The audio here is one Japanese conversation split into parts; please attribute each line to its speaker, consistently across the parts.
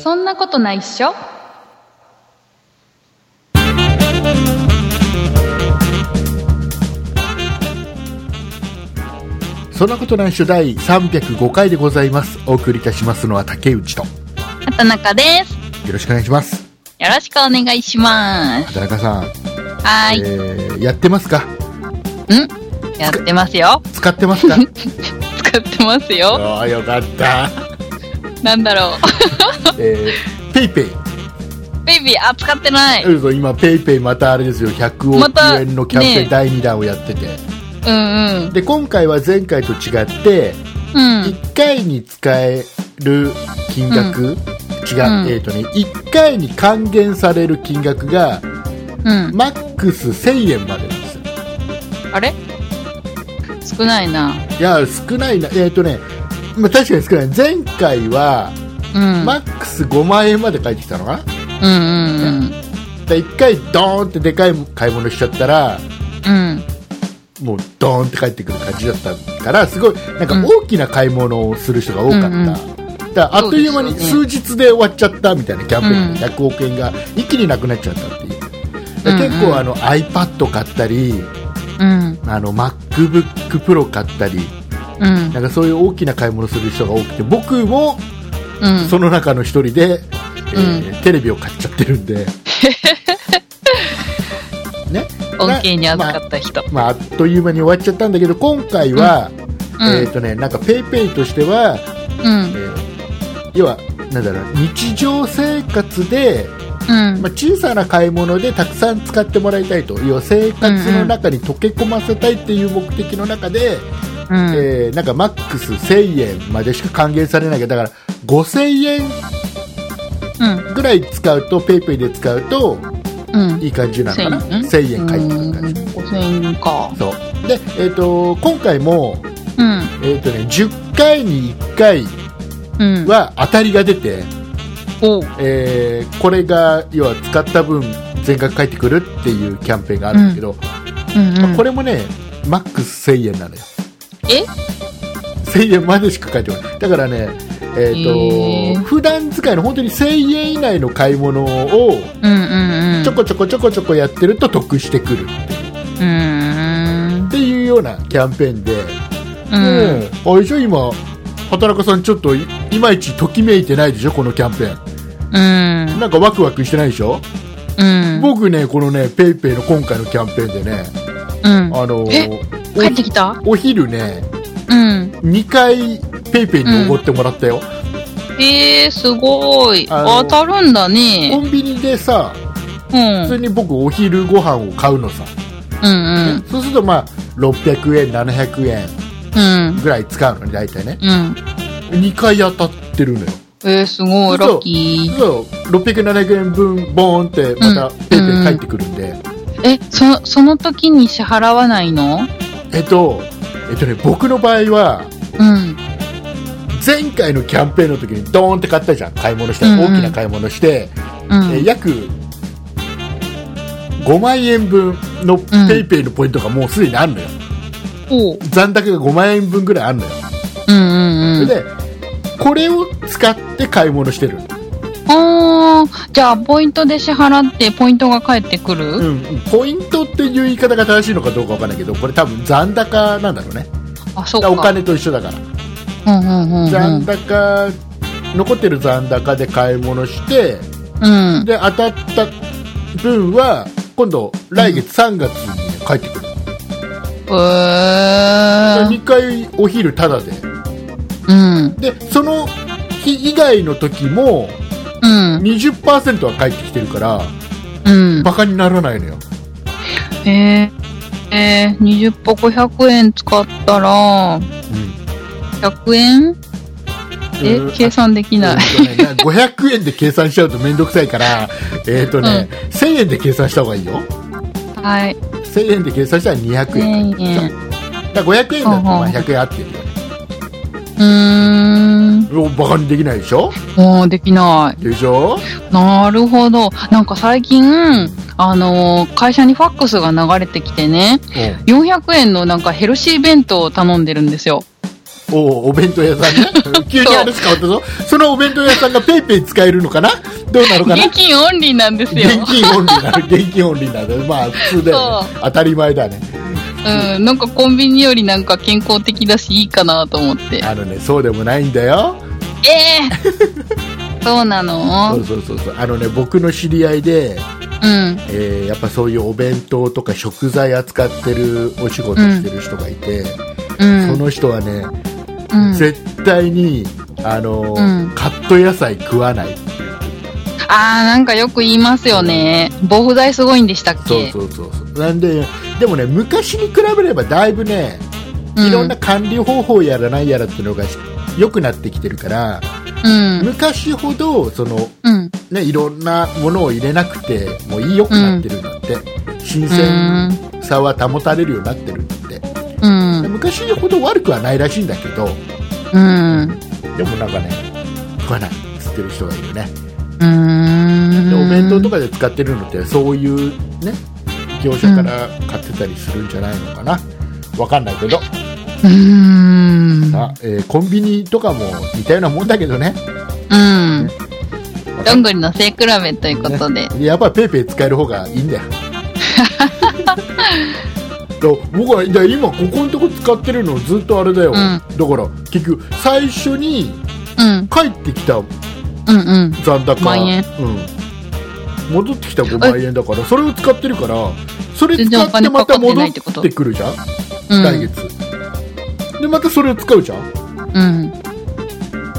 Speaker 1: そんなことないっしょ
Speaker 2: そんなことないっしょ第305回でございます。お送りいたしますのは竹内と。よ
Speaker 1: 畑中です。
Speaker 2: ろしくお願いします。
Speaker 1: よろしくお願いします。
Speaker 2: 畑中さん、
Speaker 1: はーい。
Speaker 2: えー、やってますか
Speaker 1: んやってますよ。
Speaker 2: 使ってま すか
Speaker 1: 使ってますよ。
Speaker 2: ああ、よかった。
Speaker 1: なんだろ
Speaker 2: えー、ペイペイ。
Speaker 1: う。ベイビー、あ、使ってない。
Speaker 2: うんそう今、ペイペイまたあれですよ、100
Speaker 1: ま
Speaker 2: 億
Speaker 1: た
Speaker 2: 円のキャンペー
Speaker 1: ね
Speaker 2: ン第2弾をやってて。
Speaker 1: うんうん。
Speaker 2: で、今回は前回と違って、
Speaker 1: うん。
Speaker 2: 1回に使える金額、違
Speaker 1: うん
Speaker 2: う、えっ、とね、1回に還元される金額が、
Speaker 1: うん。
Speaker 2: マックス1000円までなんですよ。
Speaker 1: あれ少ないな。
Speaker 2: いや少ないなえっ、とね、まあ、確かに少ない前回は、
Speaker 1: うん。
Speaker 2: マックス5万円まで返ってきたのかな
Speaker 1: うんうんうん。
Speaker 2: で1回ドーンってでかい買い物しちゃったら
Speaker 1: うん。
Speaker 2: もうドーンって返ってくる感じだったからすごいなんか
Speaker 1: うん
Speaker 2: 大きな買い物をする人が多かった、
Speaker 1: うんうん
Speaker 2: だからあっという間に
Speaker 1: そうです
Speaker 2: 数
Speaker 1: よ
Speaker 2: 日で終わっちゃったみたいなキャンペーンで
Speaker 1: う
Speaker 2: 100億円が一気になくなっちゃったっていうで
Speaker 1: うんうん
Speaker 2: 結構あの iPad 買ったり
Speaker 1: うん。
Speaker 2: あの MacBookPro 買ったり
Speaker 1: うん。
Speaker 2: なんかそういう大きな買い物する人が多くて僕も
Speaker 1: うん。
Speaker 2: その中の一人で、えーテレビを買っちゃってる んで。ね。
Speaker 1: 恩恵に預
Speaker 2: な
Speaker 1: かった人。
Speaker 2: まあ、まあ、あっという間に終わっちゃったんだけど、今回は、
Speaker 1: うんうん
Speaker 2: えっ、とね、なんかペイペイとしては、
Speaker 1: う
Speaker 2: え
Speaker 1: ん。
Speaker 2: ー要は、なんだろう、日常生活で、
Speaker 1: うん
Speaker 2: ま。あ、小さな買い物でたくさん使ってもらいたいと、要は生活の中に溶け込ませたいっていう目的の中で、
Speaker 1: うん。
Speaker 2: えーなんかマックス1000円までしか還元されないけど、だから5000円
Speaker 1: うん。
Speaker 2: ぐらい使うと、ペイペイで使うと
Speaker 1: うん。
Speaker 2: いい感じなのかな、
Speaker 1: 1000円
Speaker 2: 1000円返ってくる感じ。
Speaker 1: 5000円か。
Speaker 2: そうで、えー、と今回も、
Speaker 1: うん。
Speaker 2: えーとね、10回に1回
Speaker 1: うん。
Speaker 2: は当たりが出て、
Speaker 1: おう。
Speaker 2: えーこれが要は使った分、全額返ってくるっていうキャンペーンがあるんだけど、
Speaker 1: うんうん
Speaker 2: まあこれもね、マックス1000円なのよ。
Speaker 1: え
Speaker 2: 1000円までしか返ってこない。だからね、えーと
Speaker 1: へー
Speaker 2: 普段使いの本当に1000円以内の買い物を
Speaker 1: うんうんうん。
Speaker 2: ちょこちょこちょこちょこやってると得してくる。
Speaker 1: うーん
Speaker 2: っ。ていうようなキャンペーンで、
Speaker 1: う。
Speaker 2: うんん、あれでしょ今畑中さんちょっといいまいちときめいてないでしょこのキャンペー
Speaker 1: うん
Speaker 2: ン。なんかワクワクしてないでしょ、
Speaker 1: うん。
Speaker 2: 僕ねこのねペイペイの今回のキャンペーンでね
Speaker 1: うん。
Speaker 2: あの
Speaker 1: え帰ってきた
Speaker 2: おお昼ね
Speaker 1: うん。
Speaker 2: 2回ペイペイにおごってもらったよ、
Speaker 1: えー、すごい。
Speaker 2: あの
Speaker 1: 当たるんだね。
Speaker 2: コンビニでさ
Speaker 1: うん。う
Speaker 2: 普通
Speaker 1: ん
Speaker 2: に僕お昼ご飯を買うのさ、
Speaker 1: うん。
Speaker 2: そうするとまあ600円700円
Speaker 1: うん。
Speaker 2: ぐらい使うのね大体ね
Speaker 1: うん。
Speaker 2: 2回当たってるのよ
Speaker 1: えー、すごい。ラッキー。
Speaker 2: そう600円700円分ボーンってまた
Speaker 1: うん
Speaker 2: ペイペイ返ってくるんで、
Speaker 1: え、そ、その時に支払わないの
Speaker 2: えっとえっとね僕の場合は
Speaker 1: うん。
Speaker 2: 前回のキャンペーンの時にドーンって買ったじゃん買い物した、
Speaker 1: うんうん
Speaker 2: 大きな買い物して、
Speaker 1: う
Speaker 2: えー
Speaker 1: ん。
Speaker 2: 約5万円分のペイペイのポイントがもうすでにあるのよ、
Speaker 1: おう。
Speaker 2: 残高が5万円分ぐらいあるのよ、
Speaker 1: うんうんうん。
Speaker 2: それでこれを使って買い物してる、
Speaker 1: あー、じゃあ、ポイントで支払って、ポイントが返ってくる
Speaker 2: うん、ポイントっていう言い方が正しいのかどうかわかんないけどこれ多分残高なんだろうね
Speaker 1: あ、そう
Speaker 2: だから
Speaker 1: か。
Speaker 2: お金と一緒だから
Speaker 1: うんうんうんう
Speaker 2: 残
Speaker 1: ん。
Speaker 2: 高、残ってる残高で買い物して
Speaker 1: うん。
Speaker 2: で当たった分は今度来月3月に帰ってくる、
Speaker 1: へー。
Speaker 2: 2回お昼タダで
Speaker 1: うん。
Speaker 2: でその日以外の時も
Speaker 1: うん。
Speaker 2: 20%は返ってきてるから
Speaker 1: うん。
Speaker 2: バカにならないのよ
Speaker 1: えー、えー、20箱100円使ったら、100円え
Speaker 2: うん、
Speaker 1: 計算できない。
Speaker 2: えっとねな500円で計算しちゃうと面倒くさいから、えっとね1000円で計算した方がいいよ
Speaker 1: はい。
Speaker 2: 1000円で計算したら200円
Speaker 1: 1000円。
Speaker 2: だから500円だとま
Speaker 1: ほうほう
Speaker 2: あ100円合ってるよね
Speaker 1: う
Speaker 2: おバカにできないでしょ
Speaker 1: ーん。もうできない。
Speaker 2: でしょ
Speaker 1: なるほど。なんか最近、あのー会社にファックスが流れてきてね、400円のなんかヘルシー弁当を頼んでるんですよ。
Speaker 2: おお弁当屋さん ね急に話変わったぞそのお弁当屋さんがペイペイ使えるのかなどうなのかな
Speaker 1: 現金オンリーなんですよ。
Speaker 2: 現金オンリーなの現金オンリーなのまあ普通だよね当たり前だね
Speaker 1: うん、なんかコンビニよりなんか健康的だしいいかなと思って。
Speaker 2: あのねそうでもないんだよ
Speaker 1: ええそうな
Speaker 2: そ
Speaker 1: の
Speaker 2: うそうそうそうあのね僕の知り合いで、
Speaker 1: うん。
Speaker 2: えーやっぱそういうお弁当とか食材扱ってるお仕事してる人がいて、
Speaker 1: うん。
Speaker 2: その人はね、
Speaker 1: うん、
Speaker 2: 絶対にあの、
Speaker 1: うん
Speaker 2: カット野菜食わない
Speaker 1: ああ、なんかよく言いますよね。防腐剤すごいんでしたっけ
Speaker 2: そうそうそうそうなんででもね昔に比べればだいぶね
Speaker 1: うん
Speaker 2: いろんな管理方法やらないやらっていうのが良くなってきてるから、
Speaker 1: うん。
Speaker 2: 昔ほどその、
Speaker 1: うん。
Speaker 2: ね、いろんなものを入れなくてもういいよくなってるんだって、新鮮さは保たれるようになってるんだって
Speaker 1: うん。
Speaker 2: 昔ほど悪くはないらしいんだけど
Speaker 1: うん。
Speaker 2: でもなんかね食わないっつってる人がいるね
Speaker 1: うん。
Speaker 2: でお弁当と
Speaker 1: か。
Speaker 2: かで使ってるのってそういうね業者から買ってたりするんじゃないのかなわかんないけど、
Speaker 1: うん。
Speaker 2: あえーコンビニとかも似たようなもんだけどね
Speaker 1: うん。どんぐりの背比べということで。
Speaker 2: やっぱりペイペイ使える方がいいんだよ だから僕はだから今ここのとこ使ってるのずっとあれだよ、
Speaker 1: ん
Speaker 2: だから結局最初に
Speaker 1: うん。
Speaker 2: 帰ってきた
Speaker 1: うんうん。
Speaker 2: 残高
Speaker 1: 万円
Speaker 2: うん、戻ってきた5万円だからそれを使ってるからそれ使
Speaker 1: 全然お
Speaker 2: って
Speaker 1: 金
Speaker 2: ま
Speaker 1: かか
Speaker 2: た
Speaker 1: って
Speaker 2: 戻
Speaker 1: ない
Speaker 2: っ
Speaker 1: ってこと
Speaker 2: てくるじゃん、
Speaker 1: うん。
Speaker 2: 来月でまたそれを使うじゃん
Speaker 1: うん。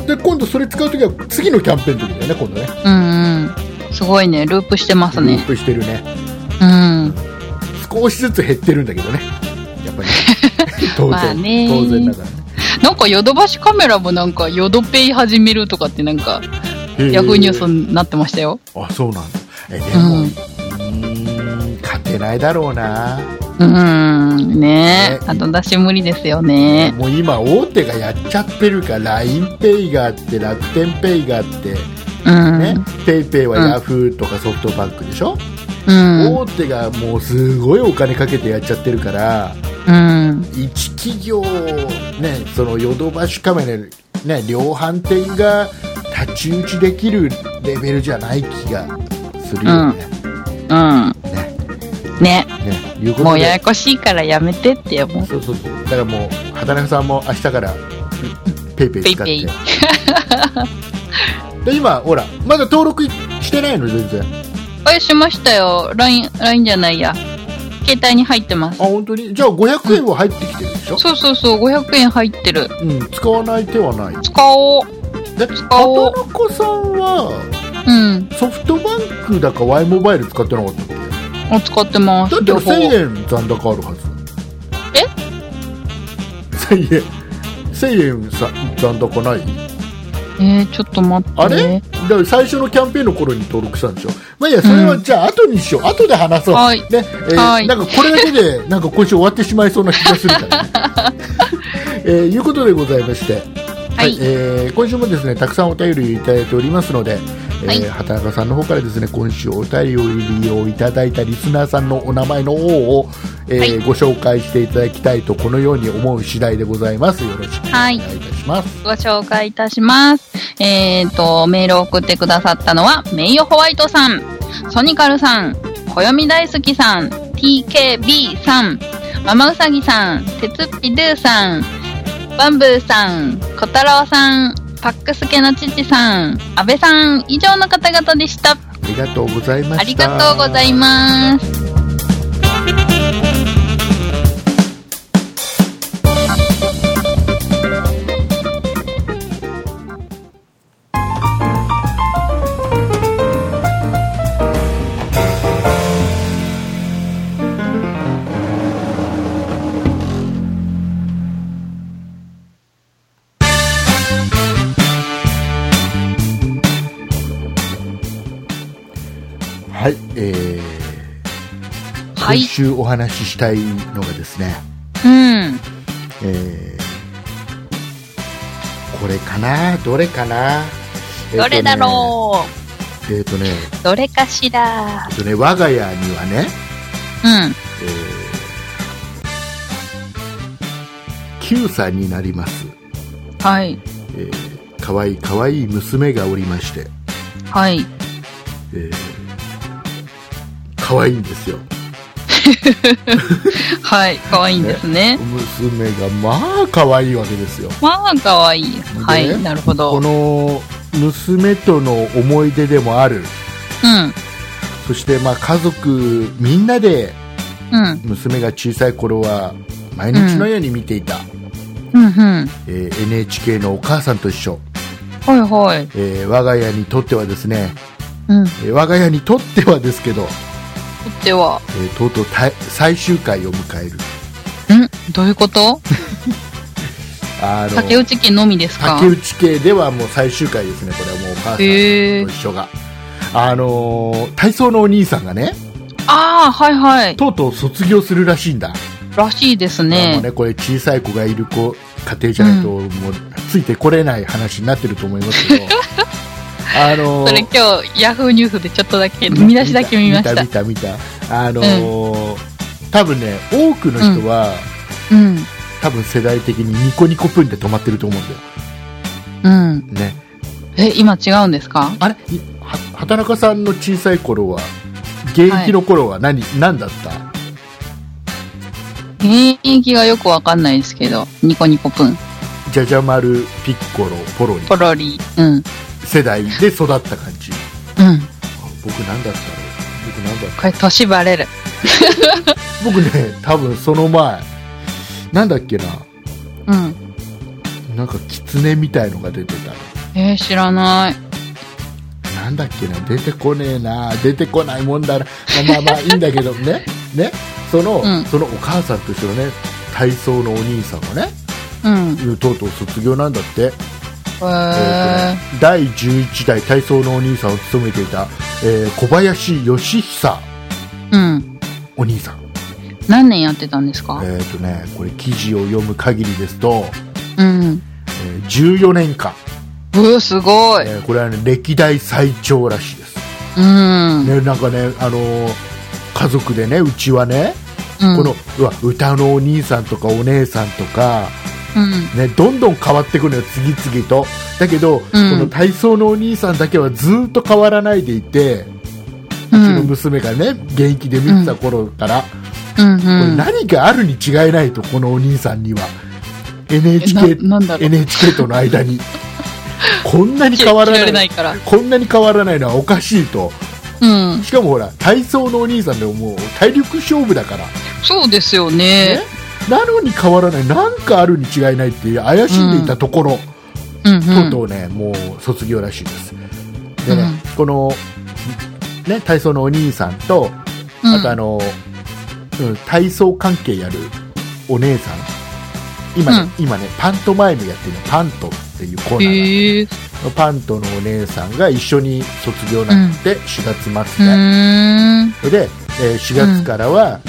Speaker 2: で今度それ使う時は次のキャンペーンの時だよね今度ね
Speaker 1: うんうん。すごいね。ループしてます
Speaker 2: ル
Speaker 1: ね
Speaker 2: ー。プしてるね
Speaker 1: うん。
Speaker 2: 少しずつ減ってるんだけどねや っぱり、ね、当然、
Speaker 1: まあね
Speaker 2: 当然だからね
Speaker 1: なんかヨドバシカメラもなんかヨドペイ始めるとかってなんか
Speaker 2: へえ
Speaker 1: ヤフーニュースになってましたよ。
Speaker 2: あそうなんだえでも、
Speaker 1: う
Speaker 2: うんーん勝てないだろうな、
Speaker 1: うーん、ね
Speaker 2: ね
Speaker 1: え。後出し無理ですよね。
Speaker 2: もう今大手がやっちゃってるから l i n e イがあって楽天ペイがあって
Speaker 1: うん。
Speaker 2: ね、ペイペイは
Speaker 1: うん
Speaker 2: ヤフーとかソフトバンクでしょ、
Speaker 1: うん。
Speaker 2: 大手がもうすごいお金かけてやっちゃってるから
Speaker 1: うん。
Speaker 2: 一企業ねそのヨドバシカメラね量販店が太刀打ちできるレベルじゃない気がするよね、
Speaker 1: うん。ね。
Speaker 2: ねいうことで
Speaker 1: もうややこしいからやめてってよ、もう。
Speaker 2: そうそうそうだからもう畑中さんも明日からペイペイ使って
Speaker 1: ペイペ
Speaker 2: で今ほらまだ登録してないの全然
Speaker 1: え、しましたよ。LINE、LINE じゃないや。携帯に入ってます。
Speaker 2: あ本当にじゃあ500円は入ってきてるでしょ、
Speaker 1: そうそうそう、500円入ってる。
Speaker 2: うん、使わない手はない
Speaker 1: 使おう。
Speaker 2: で
Speaker 1: 使おう
Speaker 2: 畑中さんは
Speaker 1: うん。
Speaker 2: ソフトバンクだか Y モバイル使ってなかったっけ
Speaker 1: お使ってます。
Speaker 2: だ
Speaker 1: 両
Speaker 2: って
Speaker 1: 方
Speaker 2: 1000円残高あるはず
Speaker 1: え
Speaker 2: 1000円1000円さ残高ない
Speaker 1: えー、ちょっと待って。
Speaker 2: あれだから最初のキャンペーンの頃に登録したんでしょまあいいやそれは
Speaker 1: うん
Speaker 2: じゃあ後にしよう、後で話そう、
Speaker 1: はい
Speaker 2: ねえー
Speaker 1: はい
Speaker 2: なんかこれだけでなんか今週終わってしまいそうな気がする から、ねえーいうことでございまして
Speaker 1: は
Speaker 2: はいい、えー今週もですねたくさんお便りいただいておりますので、えー
Speaker 1: はい
Speaker 2: 畑中さんの方からですね今週お便りをいただいたリスナーさんのお名前の方を、えー
Speaker 1: はい
Speaker 2: ご紹介していただきたいとこのように思う次第でございますよろしくお願いいたします、
Speaker 1: ご紹介いたします。えっ、と、メールを送ってくださったのは、メイヨホワイトさん、ソニカルさん、小読み大好きさん、TKB さん、ママウサギさん、てつっぴドゥさん、バンブーさん、コタロウさん、パックスケの父さん、安倍さん、以上の方々でした。
Speaker 2: ありがとうございました
Speaker 1: ありがとうございます。
Speaker 2: はい、えー
Speaker 1: はい
Speaker 2: 今週お話ししたいのがですね、
Speaker 1: うん。
Speaker 2: えーこれかなどれかな
Speaker 1: どれだろ
Speaker 2: うえっ、とね,、えーとね
Speaker 1: うどれかしら
Speaker 2: えっとね我が家にはね、
Speaker 1: うん。
Speaker 2: えー9歳になります
Speaker 1: はい。
Speaker 2: えー、かわいいかわいい娘がおりまして、
Speaker 1: はい。
Speaker 2: えー、かわいいんですよ
Speaker 1: はい。かわいいんですね。
Speaker 2: 娘がまあかわいいわけですよ
Speaker 1: まあ、かわいい。は
Speaker 2: で
Speaker 1: い。
Speaker 2: ね
Speaker 1: なるほど。
Speaker 2: こ
Speaker 1: うん。
Speaker 2: の娘との思い出でもあるそしてまあ家族みんなで
Speaker 1: うん。
Speaker 2: 娘が小さい頃は毎日のように見ていた、
Speaker 1: うん。うん。
Speaker 2: えー NHK の「お母さんと一緒
Speaker 1: はいはい」。
Speaker 2: えー我が家にとってはですね、
Speaker 1: うん。
Speaker 2: えー我が家にとってはですけど、
Speaker 1: では、
Speaker 2: えーとうとうたい最終回を迎える
Speaker 1: んどういうこと
Speaker 2: あの
Speaker 1: 竹内家のみですか
Speaker 2: 竹内家ではもう最終回ですねこれはもうお母さんと
Speaker 1: へー
Speaker 2: 一緒が、あのー体操のお兄さんがね
Speaker 1: ああ、はいはい。
Speaker 2: とうとう卒業するらしいんだ、
Speaker 1: らしいです
Speaker 2: も
Speaker 1: ね
Speaker 2: う。ねこれ小さい子がいる子家庭じゃないと、もうついてこれない話になってると思いま すけどあのー
Speaker 1: それ今日、ヤフーニュースでちょっとだけ、見出しだけ見ました。
Speaker 2: 見た見た見たあのー多分ね多くの人は、
Speaker 1: うん。
Speaker 2: 多分世代的にニコニコプンで止まってると思うんだよ
Speaker 1: うん。
Speaker 2: ね
Speaker 1: え、今違うんですか
Speaker 2: あれいは畑中さんの小さい頃は現役の頃は何,、何だった
Speaker 1: 現役がよくわかんないですけど、ニコニコプン、
Speaker 2: じゃじゃ丸ピッコロポロリ
Speaker 1: ポロリ、うん、うん。
Speaker 2: 世代で育った感じあ僕何だったの僕何だった
Speaker 1: これ、年バレる。
Speaker 2: 僕ね多分その前なんだっけな
Speaker 1: うん。
Speaker 2: なんか狐みたいのが出てたの
Speaker 1: えー、知らない。
Speaker 2: なんだっけな出てこねえな出てこないもんだなまあまあまあいいんだけどねねその、
Speaker 1: うん
Speaker 2: そのお母さんと一緒のね体操のお兄さんもね
Speaker 1: うん。
Speaker 2: とうとう卒業なんだって、
Speaker 1: え
Speaker 2: えー
Speaker 1: ー、
Speaker 2: とね第11代体操のお兄さんを務めていた、えー小林義久
Speaker 1: うん。
Speaker 2: お兄さん
Speaker 1: 何年やってたんですか
Speaker 2: えっ、とねこれ記事を読む限りですと、
Speaker 1: うん。
Speaker 2: えー14年間、
Speaker 1: うー、すごい。
Speaker 2: えーこれは、ね、歴代最長らしいです、
Speaker 1: うん。
Speaker 2: ね、なんかねあのー家族でねうちはね
Speaker 1: うん
Speaker 2: この、うわ歌のお兄さんとかお姉さんとか、
Speaker 1: うん。
Speaker 2: ね、どんどん変わっていくのよ、次々と。だけど、
Speaker 1: うん
Speaker 2: この体操のお兄さんだけはずっと変わらないでい
Speaker 1: う
Speaker 2: て、うち
Speaker 1: ん。う
Speaker 2: の
Speaker 1: ん。
Speaker 2: 娘がね、現役で見てた頃から、これ
Speaker 1: うん。
Speaker 2: 何かあるに違いないと、このお兄さんには。NHK
Speaker 1: えななんだろう
Speaker 2: NHK との間に。こんなに変わら
Speaker 1: 切
Speaker 2: な
Speaker 1: れ
Speaker 2: い
Speaker 1: ないから。
Speaker 2: こんなに変わらないのはおかしいと。
Speaker 1: うん。
Speaker 2: しかもほら、体操のお兄さんでももう体力勝負だから。
Speaker 1: そうですよね。
Speaker 2: なのに変わらない、なんかあるに違いないっていう怪しんでいたところ、
Speaker 1: うん。うん。
Speaker 2: とうとうね、もう卒業らしいです。でね、この、ね、体操のお兄さんと、
Speaker 1: うん
Speaker 2: あとあの、うん体操関係やるお姉さん、今ね、今ね、パントマイムやってるの、パントっていうコーナー
Speaker 1: へえー。
Speaker 2: が、パントのお姉さんが一緒に卒業なんて、4月
Speaker 1: うー
Speaker 2: 末で、
Speaker 1: ん。
Speaker 2: それで、えー4月からは、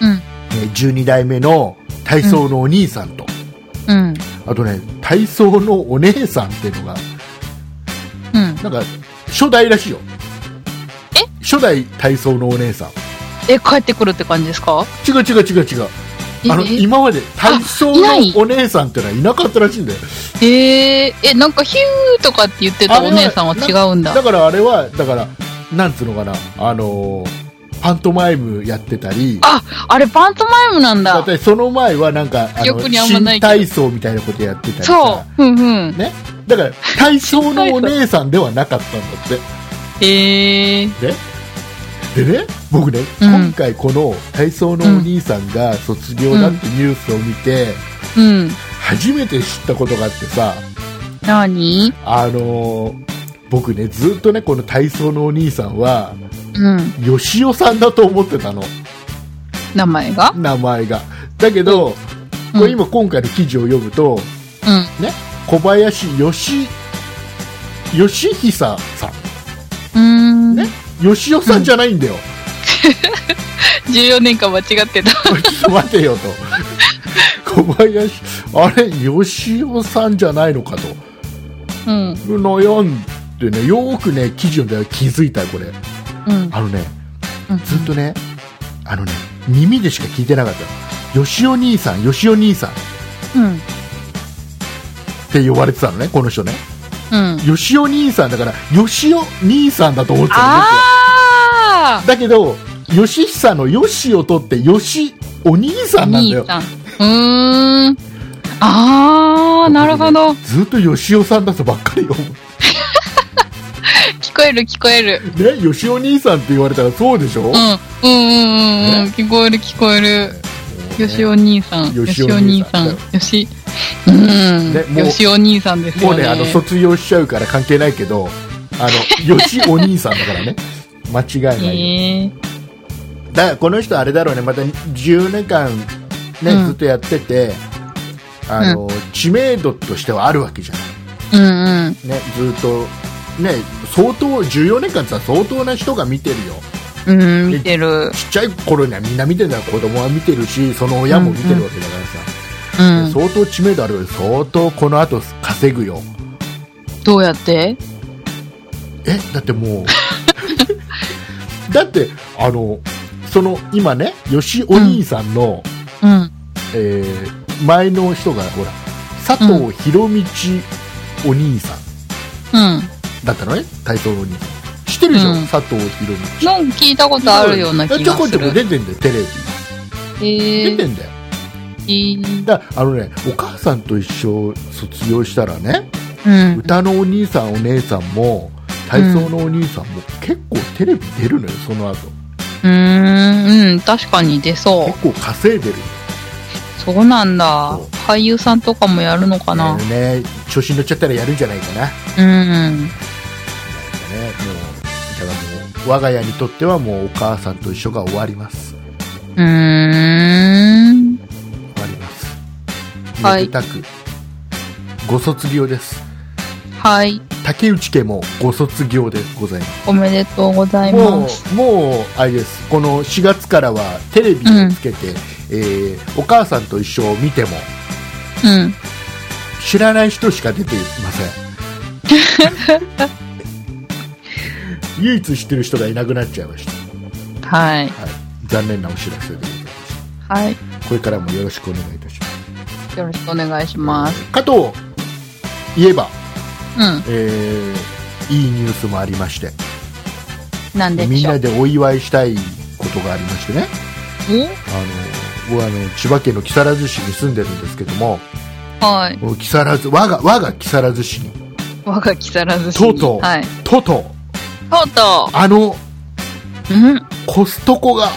Speaker 1: うん。
Speaker 2: えー12代目の体操のお兄さんと、
Speaker 1: うん。
Speaker 2: あとね、体操のお姉さんっていうのが、
Speaker 1: うん。
Speaker 2: なんか、初代らしいよ。
Speaker 1: え
Speaker 2: 初代体操のお姉さん。
Speaker 1: え、帰ってくるって感じですか
Speaker 2: 違う違う違う違う。あの、
Speaker 1: え
Speaker 2: 今まで体操
Speaker 1: い
Speaker 2: の
Speaker 1: ない
Speaker 2: お姉さんってのはいなかったらしいんだよ。
Speaker 1: えー、え、なんかヒューとかって言ってたお姉さんは違うんだ。
Speaker 2: だからあれは、だから、なんつうのかな、あのーパントマイムやってたり、
Speaker 1: あ、あれパントマイムなん
Speaker 2: だ
Speaker 1: だ
Speaker 2: っ。てその前はなんか、あ
Speaker 1: 記
Speaker 2: の、
Speaker 1: 憶にあんまない
Speaker 2: 新
Speaker 1: けど
Speaker 2: 体操みたいなことやってたりさ
Speaker 1: そう。うんうん。
Speaker 2: ね。だから、体操のお姉さんではなかったんだって。
Speaker 1: えー、
Speaker 2: でね、僕ね、
Speaker 1: うん
Speaker 2: 今回この体操のお兄さんが卒業だってニュースを見て、
Speaker 1: うん。
Speaker 2: 初めて知ったことがあってさ、
Speaker 1: なに
Speaker 2: あのー僕ね、ずっとね、この体操のお兄さんは、
Speaker 1: うん。
Speaker 2: よしおさんだと思ってたの、
Speaker 1: 名前が
Speaker 2: 名前が。だけど、
Speaker 1: うん
Speaker 2: これ今今回の記事を読むと、
Speaker 1: うん。
Speaker 2: ね、小林よし、よしひささ
Speaker 1: うーん。
Speaker 2: ん、ね、よしおさんじゃないんだよ。
Speaker 1: 14年間間違ってた。
Speaker 2: ちょっと待てよと。小林、あれ、吉尾さんじゃないのかと。
Speaker 1: うん。
Speaker 2: 悩んでね、よーくね、記事読んで気づいたよ、これ。
Speaker 1: うん。
Speaker 2: あのね、
Speaker 1: うん
Speaker 2: ずっとね、あのね、耳でしか聞いてなかった。吉尾兄さん、吉尾兄さん。
Speaker 1: うん。
Speaker 2: って呼ばれてたのね、この人ね。
Speaker 1: うん。
Speaker 2: よしお兄さんだから、よしお兄さんだと思ってたの僕は
Speaker 1: あ
Speaker 2: だけど、よしひさのよしを取って、よしお兄
Speaker 1: あ
Speaker 2: さんなんだよ。
Speaker 1: さん。うーん。ああ、なるほど。
Speaker 2: ずっとよしおさんだとばっかりよ。
Speaker 1: 聞こえる聞こえる。
Speaker 2: ね、よしお兄さんって言われたらそうでしょ、
Speaker 1: うん。うんうんうんうん。
Speaker 2: ね
Speaker 1: 聞こえる聞こえる。よしお兄さん。
Speaker 2: よ
Speaker 1: よ
Speaker 2: し
Speaker 1: し
Speaker 2: お
Speaker 1: お兄
Speaker 2: 兄さ
Speaker 1: さ
Speaker 2: ん
Speaker 1: ん。よし。うん
Speaker 2: ね。もう
Speaker 1: よしお兄さんです
Speaker 2: も
Speaker 1: よ
Speaker 2: う
Speaker 1: ね。
Speaker 2: ね、あの、卒業しちゃうから関係ないけど、あの、よしお兄さんだからね。 間違いないよ。
Speaker 1: えー
Speaker 2: だからこの人あれだろうね、また10年間ね、
Speaker 1: うん
Speaker 2: ずっとやってて、あの、知名度としてはあるわけじゃない。
Speaker 1: うんうん。
Speaker 2: ね、ずっと、ね、相当、14年間ってさ、相当な人が見てるよ。
Speaker 1: うん、見てる。
Speaker 2: ちっちゃい頃にはみんな見てるんだよ子供は見てるしその親も見てるわけだからさ、
Speaker 1: うん。
Speaker 2: 相当知名度あるよ相当この後稼ぐよ
Speaker 1: どうやって
Speaker 2: えだってもう だってあのその今ねよしお兄さんの、
Speaker 1: うん。
Speaker 2: えー前の人がほら佐藤博道お兄さん
Speaker 1: うん。
Speaker 2: だったのね体操のお兄さん知ってるでしょ、
Speaker 1: うん
Speaker 2: 佐藤博道
Speaker 1: なんか聞いたことあるような気
Speaker 2: ちょ
Speaker 1: が
Speaker 2: こち
Speaker 1: す
Speaker 2: ょこ
Speaker 1: る。
Speaker 2: 出てんだよテレビ出
Speaker 1: え
Speaker 2: てんだよ
Speaker 1: ー、
Speaker 2: だからあのねお母さんと一緒卒業したらね
Speaker 1: うん。
Speaker 2: 歌のお兄さんお姉さんも体操のお兄さんも結構テレビ出るのよその後
Speaker 1: うーん、うん、確かに出そう。
Speaker 2: 結構稼いでる
Speaker 1: そうなんだ
Speaker 2: そう。
Speaker 1: 俳優さんとかもやるのかな。
Speaker 2: ね調子に乗っちゃったらやるんじゃないかななんか
Speaker 1: うん。
Speaker 2: ねもうだからもう我が家にとってはもうお母さんと一緒が終わります
Speaker 1: うーん。
Speaker 2: 終わります
Speaker 1: はい
Speaker 2: めでたく、ご卒業です
Speaker 1: はい。
Speaker 2: 竹内家もご卒業でございます
Speaker 1: おめでとうござい
Speaker 2: も
Speaker 1: ます。
Speaker 2: うもうあれですこの4月からはテレビをつけて、えーお母さんと一緒を見ても
Speaker 1: うん。
Speaker 2: 知らない人しか出ていま せん唯一知ってる人がいなくなっちゃいました、
Speaker 1: はい。
Speaker 2: はい、残念なお知らせでございます
Speaker 1: はい。
Speaker 2: これからもよろしくお願いいたし
Speaker 1: よろしくお願いし
Speaker 2: ま
Speaker 1: ますす。
Speaker 2: かと言えば、
Speaker 1: うん。
Speaker 2: えーいいニュースもありまして
Speaker 1: なんで
Speaker 2: みん
Speaker 1: しょ
Speaker 2: な
Speaker 1: う。
Speaker 2: でお祝いしたいことがありましてねあの僕はあの千葉県の木更津市に住んでるんですけども
Speaker 1: おはい。
Speaker 2: この木更津我が我が木更津市に
Speaker 1: 我が木更津市に
Speaker 2: とうとう
Speaker 1: はい。
Speaker 2: とうとう
Speaker 1: とうと
Speaker 2: あの
Speaker 1: う。うん。
Speaker 2: コストコが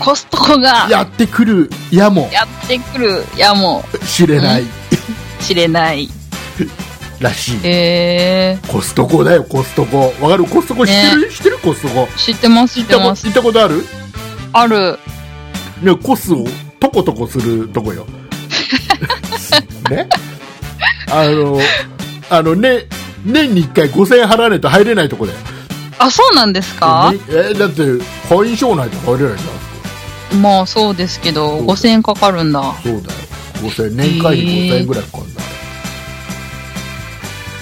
Speaker 1: コストコが
Speaker 2: やってくるやも
Speaker 1: やってくるやも
Speaker 2: しれない
Speaker 1: しれない。
Speaker 2: らしい。
Speaker 1: え
Speaker 2: コストコだよ、コストコ。わかるコストコ知ってる、知ってるコストコ。
Speaker 1: ー。知ってます、知
Speaker 2: 行
Speaker 1: っ
Speaker 2: ってたこ
Speaker 1: ます
Speaker 2: 行。ったことある
Speaker 1: ある。
Speaker 2: ね、コスをトコトコすると こよ。ねあの、あのね、年に1回5000円払わないと入れないとこだよ。
Speaker 1: あ、そうなんですか
Speaker 2: ねえだって、会員証内で入れないじ
Speaker 1: まあそうですけど、
Speaker 2: そう
Speaker 1: 5000円かかるんだ。
Speaker 2: ゃん。そうだよ。5000円、年会費5000円ぐらいかかるんだ、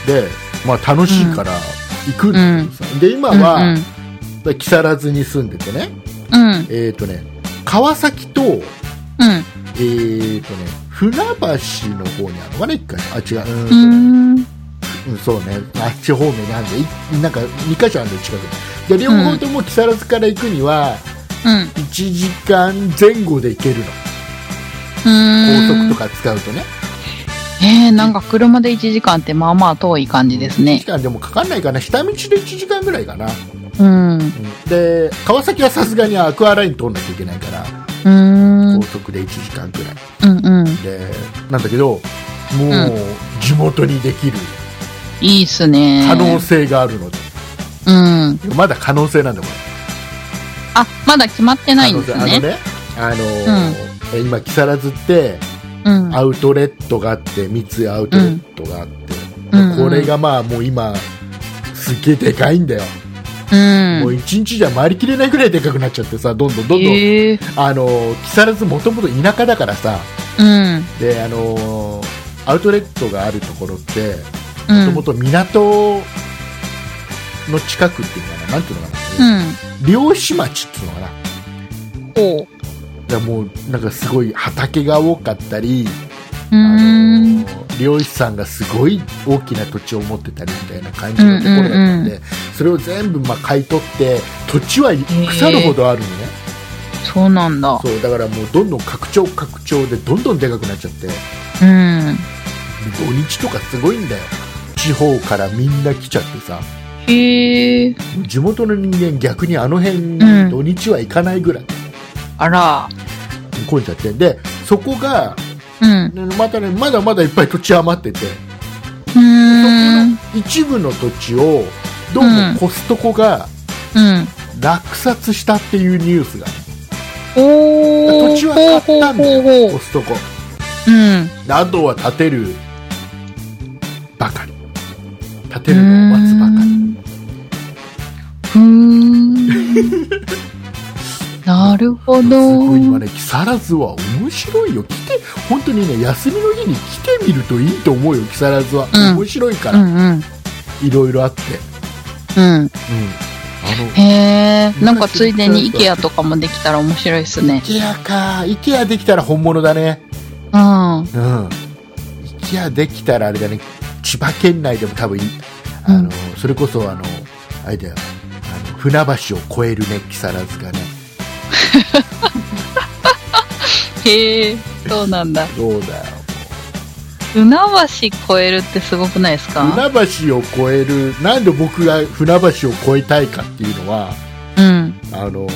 Speaker 2: で、まあ楽しいから行くんだけどさ。で、今は、
Speaker 1: うんうん
Speaker 2: で木更津に住んでてね、
Speaker 1: うん。
Speaker 2: えっ、とね、川崎と、えっ、
Speaker 1: うん。
Speaker 2: とね、船橋の方にあるのかな、一回。あ、違う。う
Speaker 1: うー
Speaker 2: ーん
Speaker 1: ん。
Speaker 2: うん、そうね。あっち方面なんで、いなんか、2カ所あるんで、近くに。で、両方とも木更津から行くには、
Speaker 1: うん。
Speaker 2: 1時間前後で行けるの。高
Speaker 1: 高
Speaker 2: 速と。か使うとね。
Speaker 1: えー、なんか車で1時間ってまあまあ遠い感じです
Speaker 2: 1
Speaker 1: ね
Speaker 2: 時。間でもかかんないかな。下道で1時間ぐらいかな。う
Speaker 1: うん。うん
Speaker 2: で、川崎はさすがにアクアライン通んなきゃいけないから、
Speaker 1: ーん。う
Speaker 2: 高
Speaker 1: ん
Speaker 2: 速で1時間ぐらい。
Speaker 1: うん。
Speaker 2: でなんだけどもう地元にできる
Speaker 1: いいっすね。
Speaker 2: 可能性があるので、
Speaker 1: うん。
Speaker 2: まだ可能性なんだこ
Speaker 1: あ、まだ決まって
Speaker 2: れ
Speaker 1: ないんです
Speaker 2: 可能性あの
Speaker 1: ね。
Speaker 2: ねあのー今木更津って
Speaker 1: うん。
Speaker 2: アウトレットがあって三井アウトレットがあって、
Speaker 1: うん
Speaker 2: これがまあもう今すっげえでかいんだよ、
Speaker 1: うん
Speaker 2: もう。一日じゃ回りきれないぐらいでかくなっちゃってさどんどんどんどん、
Speaker 1: えー、
Speaker 2: あのー木更津もともと田舎だからさ
Speaker 1: うん。
Speaker 2: であのーアウトレットがあるところって
Speaker 1: う
Speaker 2: もと
Speaker 1: ん
Speaker 2: も。と港の近くっていうのかな、なんていうのか
Speaker 1: う
Speaker 2: な、
Speaker 1: ん。
Speaker 2: 漁師町っていうのかな、だか
Speaker 1: こう。
Speaker 2: らもうなんかすごい畑が多かったり、
Speaker 1: うーん。
Speaker 2: あの漁師さんがすごい大きな土地を持ってたりみたいな感じのところだったんで、
Speaker 1: うんうんう
Speaker 2: それを全部まあ買い取って土地は腐るほどあるのね、
Speaker 1: そうなんだ。
Speaker 2: そうだからもうどんどん拡張拡張でどんどんでかくなっちゃって
Speaker 1: うん。
Speaker 2: 土日とかすごいんだよ地方からみんな来ちゃってさ
Speaker 1: へえ。
Speaker 2: 地元の人間逆にあの辺
Speaker 1: ん
Speaker 2: 土日は行かないぐらい
Speaker 1: あら。
Speaker 2: 混んじゃってでそこが
Speaker 1: うん。
Speaker 2: またねまだまだいっぱい土地余ってて
Speaker 1: うーん。
Speaker 2: 一部の土地をどうもコストコが
Speaker 1: うん。
Speaker 2: 落札したっていうニュースが、
Speaker 1: おー。
Speaker 2: 土地は買ったんだよ
Speaker 1: ほうほうほうほ
Speaker 2: コストコ
Speaker 1: う。うん。
Speaker 2: あとは建てるばかり建てるのを待つばかり
Speaker 1: ふーん。なるほど。
Speaker 2: すごい今ね木更津は面白いよ来て本当にね休みの日に来てみるといいと思うよ木更津は、
Speaker 1: うん
Speaker 2: 面白いか
Speaker 1: う
Speaker 2: ら、
Speaker 1: んうん。
Speaker 2: いろいろあって、
Speaker 1: うん。
Speaker 2: うん、あの
Speaker 1: へえ。なんかついでに IKEA とかもできたら面白いですね。
Speaker 2: IKEA か IKEA できたら本物だね
Speaker 1: うん。
Speaker 2: うん IKEA できたらあれだね千葉県内でも多分いあの、
Speaker 1: うん
Speaker 2: それこそあのあれだよあの船橋を越えるね木更津がね
Speaker 1: へえ。そうなんだ。
Speaker 2: どうだよ
Speaker 1: 船橋越えるってすごくないですか
Speaker 2: 船橋を越えるなんで僕が船橋を越えたいかっていうのは
Speaker 1: うん。
Speaker 2: あの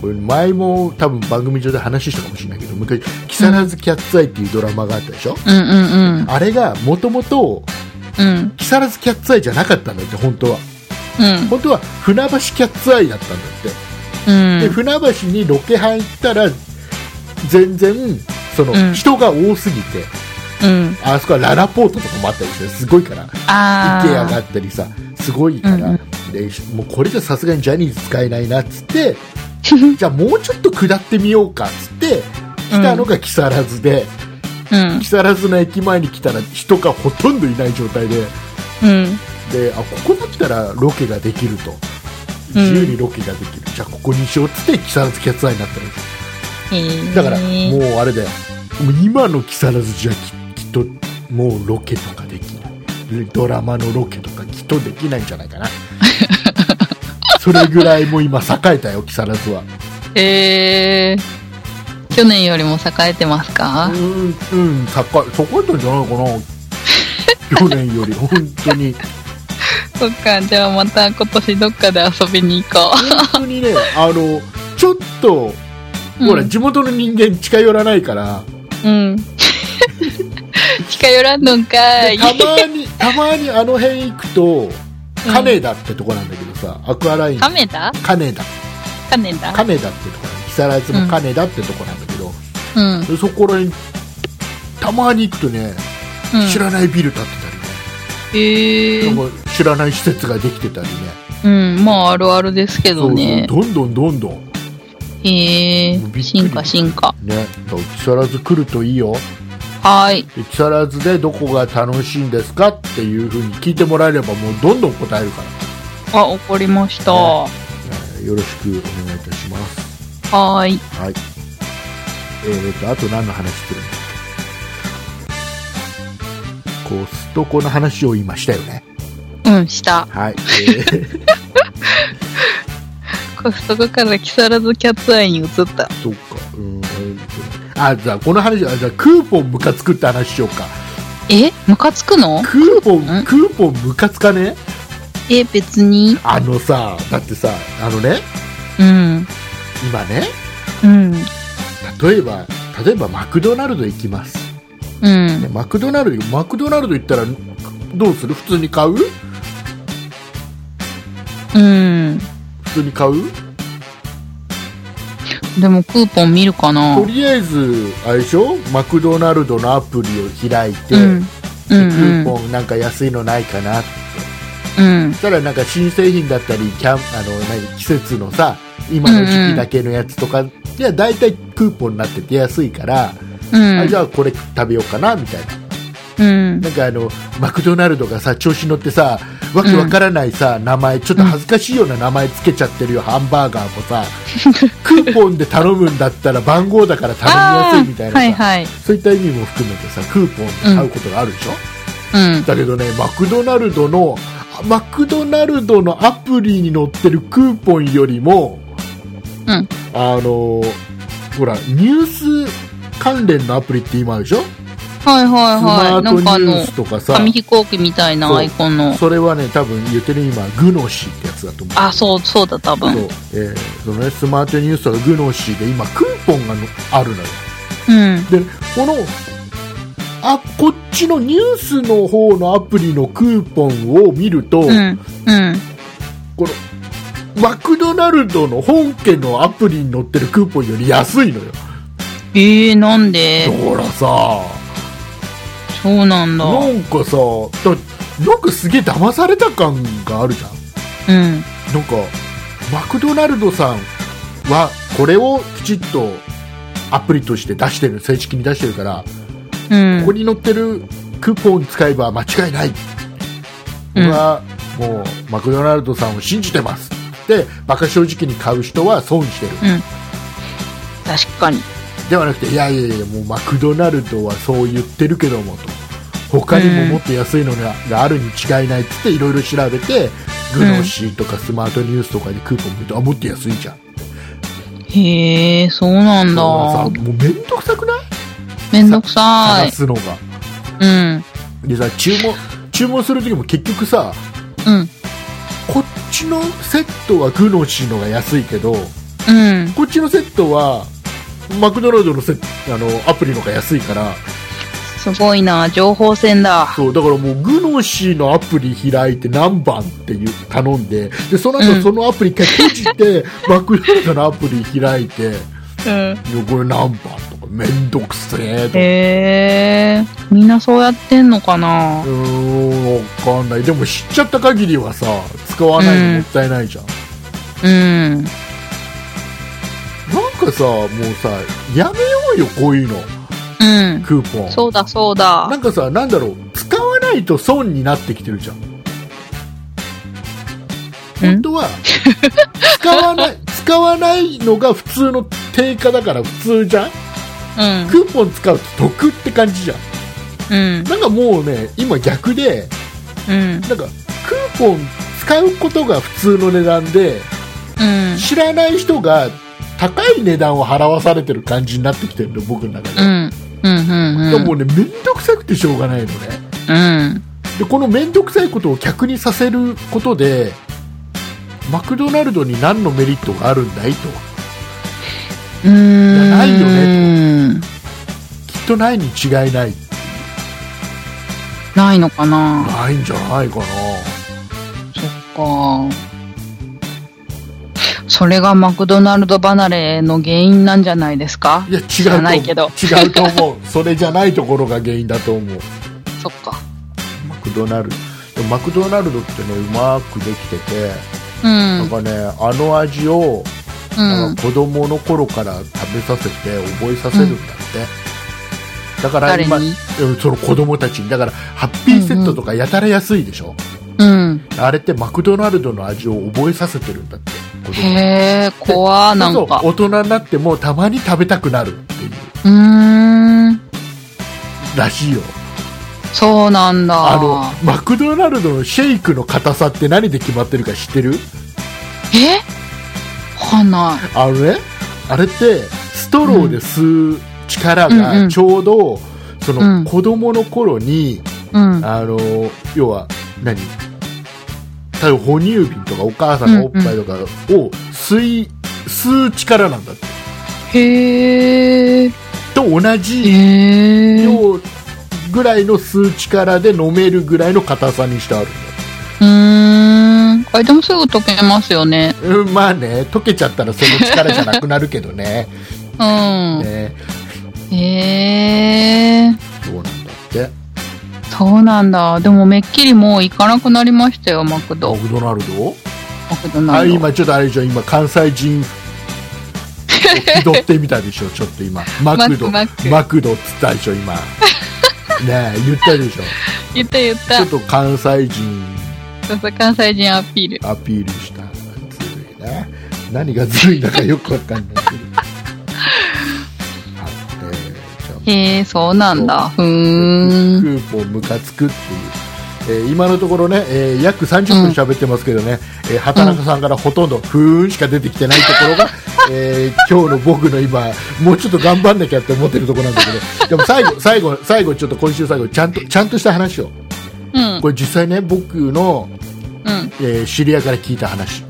Speaker 2: これ前も多分番組上で話したかもしれないけど昔「木更津キャッツアイ」っていうドラマがあったでしょ、
Speaker 1: うんうんうん。
Speaker 2: あれがもともと
Speaker 1: うん。
Speaker 2: 木更津キャッツアイじゃなかったんだって本当は
Speaker 1: うん。
Speaker 2: 本当は船橋キャッツアイだったんだっ
Speaker 1: う
Speaker 2: て、で
Speaker 1: ん。
Speaker 2: 船橋にロケハン行ったら全然その、
Speaker 1: うん
Speaker 2: 人が多すぎて
Speaker 1: うん。
Speaker 2: あそこはララポートとかもあったりしてすごいから
Speaker 1: あ
Speaker 2: IKEA があ
Speaker 1: あ。
Speaker 2: ったりさすごいから、
Speaker 1: うん
Speaker 2: でもうこれじゃさすがにジャニーズ使えないなっつってじゃあもうちょっと下ってみようかっつって来たのが木更津で、
Speaker 1: うん
Speaker 2: 木。更津の駅前に来たら人がほとんどいない状態で
Speaker 1: うん。
Speaker 2: であここだったらロケができると
Speaker 1: うん
Speaker 2: 自由にロケができる、じゃあここにしようっつって木更津キャッツアイになったんです
Speaker 1: へえ。
Speaker 2: だからもうあれだよもう今の木更津じゃききっともうロケとかできないドラマのロケとかきっとできないんじゃないかな それぐらいもう今栄えたよ木更津は
Speaker 1: へえ。去年よりも栄えてますか
Speaker 2: うんうん栄え栄えたんじゃないかな去年 より本当に
Speaker 1: そっか、じゃあまた今年どっかで遊びに行こ
Speaker 2: 本当にねあのちょっと
Speaker 1: う。
Speaker 2: ほら、
Speaker 1: うん
Speaker 2: 地元の人間近寄らないから、
Speaker 1: うん。 近寄らんのんか
Speaker 2: で
Speaker 1: い。
Speaker 2: た まに、たまにあの辺行くと、金田ってとこなんだけどさ、アクアライン、
Speaker 1: 亀田
Speaker 2: 金田、
Speaker 1: 金田
Speaker 2: 金田ってとこなんだ木更津の金田ってとこなんだけど、
Speaker 1: うん。うん。
Speaker 2: でそこらに、たまに行くとね、知らないビル建ってた
Speaker 1: へ
Speaker 2: りね、
Speaker 1: え。
Speaker 2: なんか知らない施設ができてたりね、
Speaker 1: うん、まああるあるですけどね。
Speaker 2: そうそうどんどんどんどん、
Speaker 1: へ
Speaker 2: びっくり
Speaker 1: え。進化進化。
Speaker 2: ね、だから木更津来るといいよ。
Speaker 1: はーい。
Speaker 2: で木更津でどこが楽しいんですかっていうふうに聞いてもらえればもうどんどん答えるから、
Speaker 1: あ、怒りました。
Speaker 2: ね
Speaker 1: は
Speaker 2: えーよろしくお願いいたします
Speaker 1: ーい。
Speaker 2: はいえー、とあと何の話してるのコストコの話を今したよね
Speaker 1: うん、した。
Speaker 2: はい、えー
Speaker 1: コストコから木更津キャッツアイに移った。
Speaker 2: そうかうんえーとあじゃあこの話あじゃあクーポンムカつくって話しようか
Speaker 1: えムカつくの
Speaker 2: クーポ
Speaker 1: う
Speaker 2: ン
Speaker 1: ん
Speaker 2: クーポンムカつかね
Speaker 1: え、別に。
Speaker 2: あのさだってさあのね
Speaker 1: うん。
Speaker 2: 今ね
Speaker 1: うん。
Speaker 2: 例えば例えばマクドナルド行きます、
Speaker 1: うん
Speaker 2: ね。マクドナルドマクドナルド行ったらどうする普通に買う
Speaker 1: うん。
Speaker 2: 普通に買う、
Speaker 1: でもクーポン見るかな
Speaker 2: とりあえずあれでしょマクドナルドのアプリを開いて、
Speaker 1: うん。う
Speaker 2: で
Speaker 1: ん
Speaker 2: ク
Speaker 1: うん
Speaker 2: ー。ポンなんか安いのないかなって
Speaker 1: うん
Speaker 2: そ。したらなんか新製品だったりキャンあの何季節のさ今の時期だけのやつとか、いや大体クーポンになってて安いから、
Speaker 1: う
Speaker 2: あ
Speaker 1: ん。
Speaker 2: じゃあこれ食べようかなみたいな
Speaker 1: うん。
Speaker 2: なんかあのマクドナルドがさ調子乗ってさわけわからないさ、名前ちょっと恥ずかしいような名前つけちゃってるよ、ハンバーガーもさ クーポンで頼むんだったら番号だから頼みやすいみたいなさ、
Speaker 1: はいはい。
Speaker 2: そういった意味も含めてさクーポンで買うことがあるでしょ、
Speaker 1: うん。
Speaker 2: だけどねマクドナルドのマクドナルドのアプリに載ってるクーポンよりも
Speaker 1: うん。
Speaker 2: あのほらニュース関連のアプリって今あるでしょ、
Speaker 1: はいはいはい。
Speaker 2: スマ
Speaker 1: な
Speaker 2: ート
Speaker 1: ん
Speaker 2: ニ
Speaker 1: かあ
Speaker 2: ュー
Speaker 1: の
Speaker 2: ス、とかさ
Speaker 1: 紙飛行機みたいなアイコンの。
Speaker 2: それはね多分言ってる今グノシーってやつだと思う
Speaker 1: あ、そう、そうだ、多分。
Speaker 2: そうえーそのね、スマートニュースとかグノシーで今クーポンがのあるのよ
Speaker 1: うん。
Speaker 2: でこのあこっちのニュースの方のアプリのクーポンを見ると、
Speaker 1: うん。うん。
Speaker 2: このマクドナルドの本家のアプリに載ってるクーポンより安いのよ
Speaker 1: えー、なんで
Speaker 2: ほらさ
Speaker 1: そうなんだ。う
Speaker 2: なんかさだなんかすげえ騙された感があるじゃん
Speaker 1: ん。
Speaker 2: なんかマクドナルドさんはこれをきちっとアプリとして出してる正式に出してるから、
Speaker 1: うん
Speaker 2: ここ。に載ってるクーポン使えば間違いない
Speaker 1: うん
Speaker 2: 僕はもうマクドナルドさんを信じてますでバカ正直に買う人は損してる
Speaker 1: うん。確かに。
Speaker 2: ではなくていやいやいやもうマクドナルドはそう言ってるけどもと他にももっと安いのが,、があるに違いないっつっていろいろ調べてグノシーとかスマートニュースとかでクーポン見るとあもっと安いじゃん
Speaker 1: へえ、そうなん
Speaker 2: だからさ
Speaker 1: だ。
Speaker 2: もうめんどくさくない
Speaker 1: めんどくさ
Speaker 2: 探
Speaker 1: い。
Speaker 2: すのが
Speaker 1: うん。
Speaker 2: でさ注文注文する時も結局さ
Speaker 1: うん。
Speaker 2: こっちのセットはグノシーのが安いけど
Speaker 1: うん。
Speaker 2: こっちのセットはマクドナルドのセあのアプリのが安いから
Speaker 1: すごいな。情報戦だ。
Speaker 2: そうだからもうグノシーのアプリ開いて何番っていう頼んででその後、
Speaker 1: うん
Speaker 2: そのアプリ一回閉じて マクドナルドのアプリ開いていや
Speaker 1: うん。
Speaker 2: これ何番とかめんどくせえとか。
Speaker 1: へえ、みんなそうやってんのかな
Speaker 2: うーんわかんないでも知っちゃった限りはさ使わないのもったいないじゃん、
Speaker 1: うん。
Speaker 2: なんかさもうさやめようよこういうの
Speaker 1: うん。
Speaker 2: クーポン
Speaker 1: そうだそうだ
Speaker 2: な。んかさなんだろう使わないと損になってきてるじゃん本当は使 わない使わないのが普通の定価だから普通じゃん
Speaker 1: うん。
Speaker 2: クーポン使うと得って感じじゃん
Speaker 1: うん。
Speaker 2: なんかもうね今逆で
Speaker 1: うん。
Speaker 2: なんかクーポン使うことが普通の値段で
Speaker 1: うん。
Speaker 2: 知らない人が高い値段を払わされてる感じになってきてるの僕の中
Speaker 1: う
Speaker 2: で、
Speaker 1: ん。うん。うん。
Speaker 2: でももうね面倒くさくてしょうがないのね
Speaker 1: うん。
Speaker 2: でこの面倒くさいことを客にさせることでマクドナルドに何のメリットがあるんだいと
Speaker 1: うん。
Speaker 2: いやないよ
Speaker 1: ね。
Speaker 2: きっとないに違いない
Speaker 1: ないのかな
Speaker 2: ないんじゃないか
Speaker 1: そ
Speaker 2: な
Speaker 1: っか。それがマクドナルド離れの原因なんじゃないですか
Speaker 2: いや違う
Speaker 1: 知
Speaker 2: と
Speaker 1: ら
Speaker 2: 思う
Speaker 1: ないけど。
Speaker 2: 違うと思うそれじゃないところが原因だと思う
Speaker 1: そっか。
Speaker 2: マクドナルドでもマクドナルドってねうまくできてて、
Speaker 1: うん。う
Speaker 2: なん
Speaker 1: ん。
Speaker 2: かねあの味を
Speaker 1: うん。
Speaker 2: 子供の頃から食べさせて覚えさせるんだって、だから今
Speaker 1: 誰に
Speaker 2: うんその子供たちにだからハッピーセットとかやたら安いでしょ、
Speaker 1: うん。
Speaker 2: あれってマクドナルドの味を覚えさせてるんだって子供に
Speaker 1: へえ、怖な
Speaker 2: そ
Speaker 1: ん
Speaker 2: うそ
Speaker 1: か
Speaker 2: う。大人になってもたまに食べたくなるっていう
Speaker 1: うーん。
Speaker 2: らしいよ
Speaker 1: そうなんだ。
Speaker 2: あのマクドナルドのシェイクの硬さって何で決まってるか知ってる
Speaker 1: えわかんな
Speaker 2: あのねあれってストローで吸う力
Speaker 1: うんう
Speaker 2: が
Speaker 1: ん
Speaker 2: ちょうど、そ
Speaker 1: うん
Speaker 2: の子供の頃に、
Speaker 1: い。うん。
Speaker 2: あの要は何例えば哺乳瓶とかお母さんのおっぱいとかを吸い、吸う力なんだって
Speaker 1: へえ。
Speaker 2: と同じ
Speaker 1: へえ。
Speaker 2: 量ぐらいの吸う力で飲めるぐらいの硬さにしてあるん
Speaker 1: うーん。あ、でもすぐ溶けますよね。
Speaker 2: だよ、うん、まあね溶けちゃったらその力じゃなくなるけどね
Speaker 1: うん。
Speaker 2: ね
Speaker 1: へえ。
Speaker 2: そうなんだって
Speaker 1: そうなんだ。でもめっきりもう行かなくなりましたよ、マク
Speaker 2: マ
Speaker 1: ド。
Speaker 2: クドナルド
Speaker 1: マクドナ
Speaker 2: あ
Speaker 1: ルド。
Speaker 2: 今ちょっとあれでしょ今関西 人気取ってみたでしょちょっと今マクド
Speaker 1: マック
Speaker 2: マクドっつったでしょ今ねえ言ったでしょ
Speaker 1: 言った言った
Speaker 2: ちょっ。と関西人
Speaker 1: そうそう、関西人アピール。
Speaker 2: アピールしたずるいな何がずるいのかよくわかんないけどはいえーじゃ
Speaker 1: へえ、そうなんだ。ふ
Speaker 2: あ
Speaker 1: ーん。
Speaker 2: クーポンムカつくっていう、えー今のところね、えー約30分喋ってますけどね、えー畑中さんからほとんど「ふーん」しか出てきてないところが、えー今日の僕の今もうちょっと頑張んなきゃって思ってるところなんだけどでも最後最後最後ちょっと今週最後ちゃんとちゃんとした話を
Speaker 1: うん。
Speaker 2: これ実際ね僕の、
Speaker 1: うん。
Speaker 2: えー知り合いから聞いた話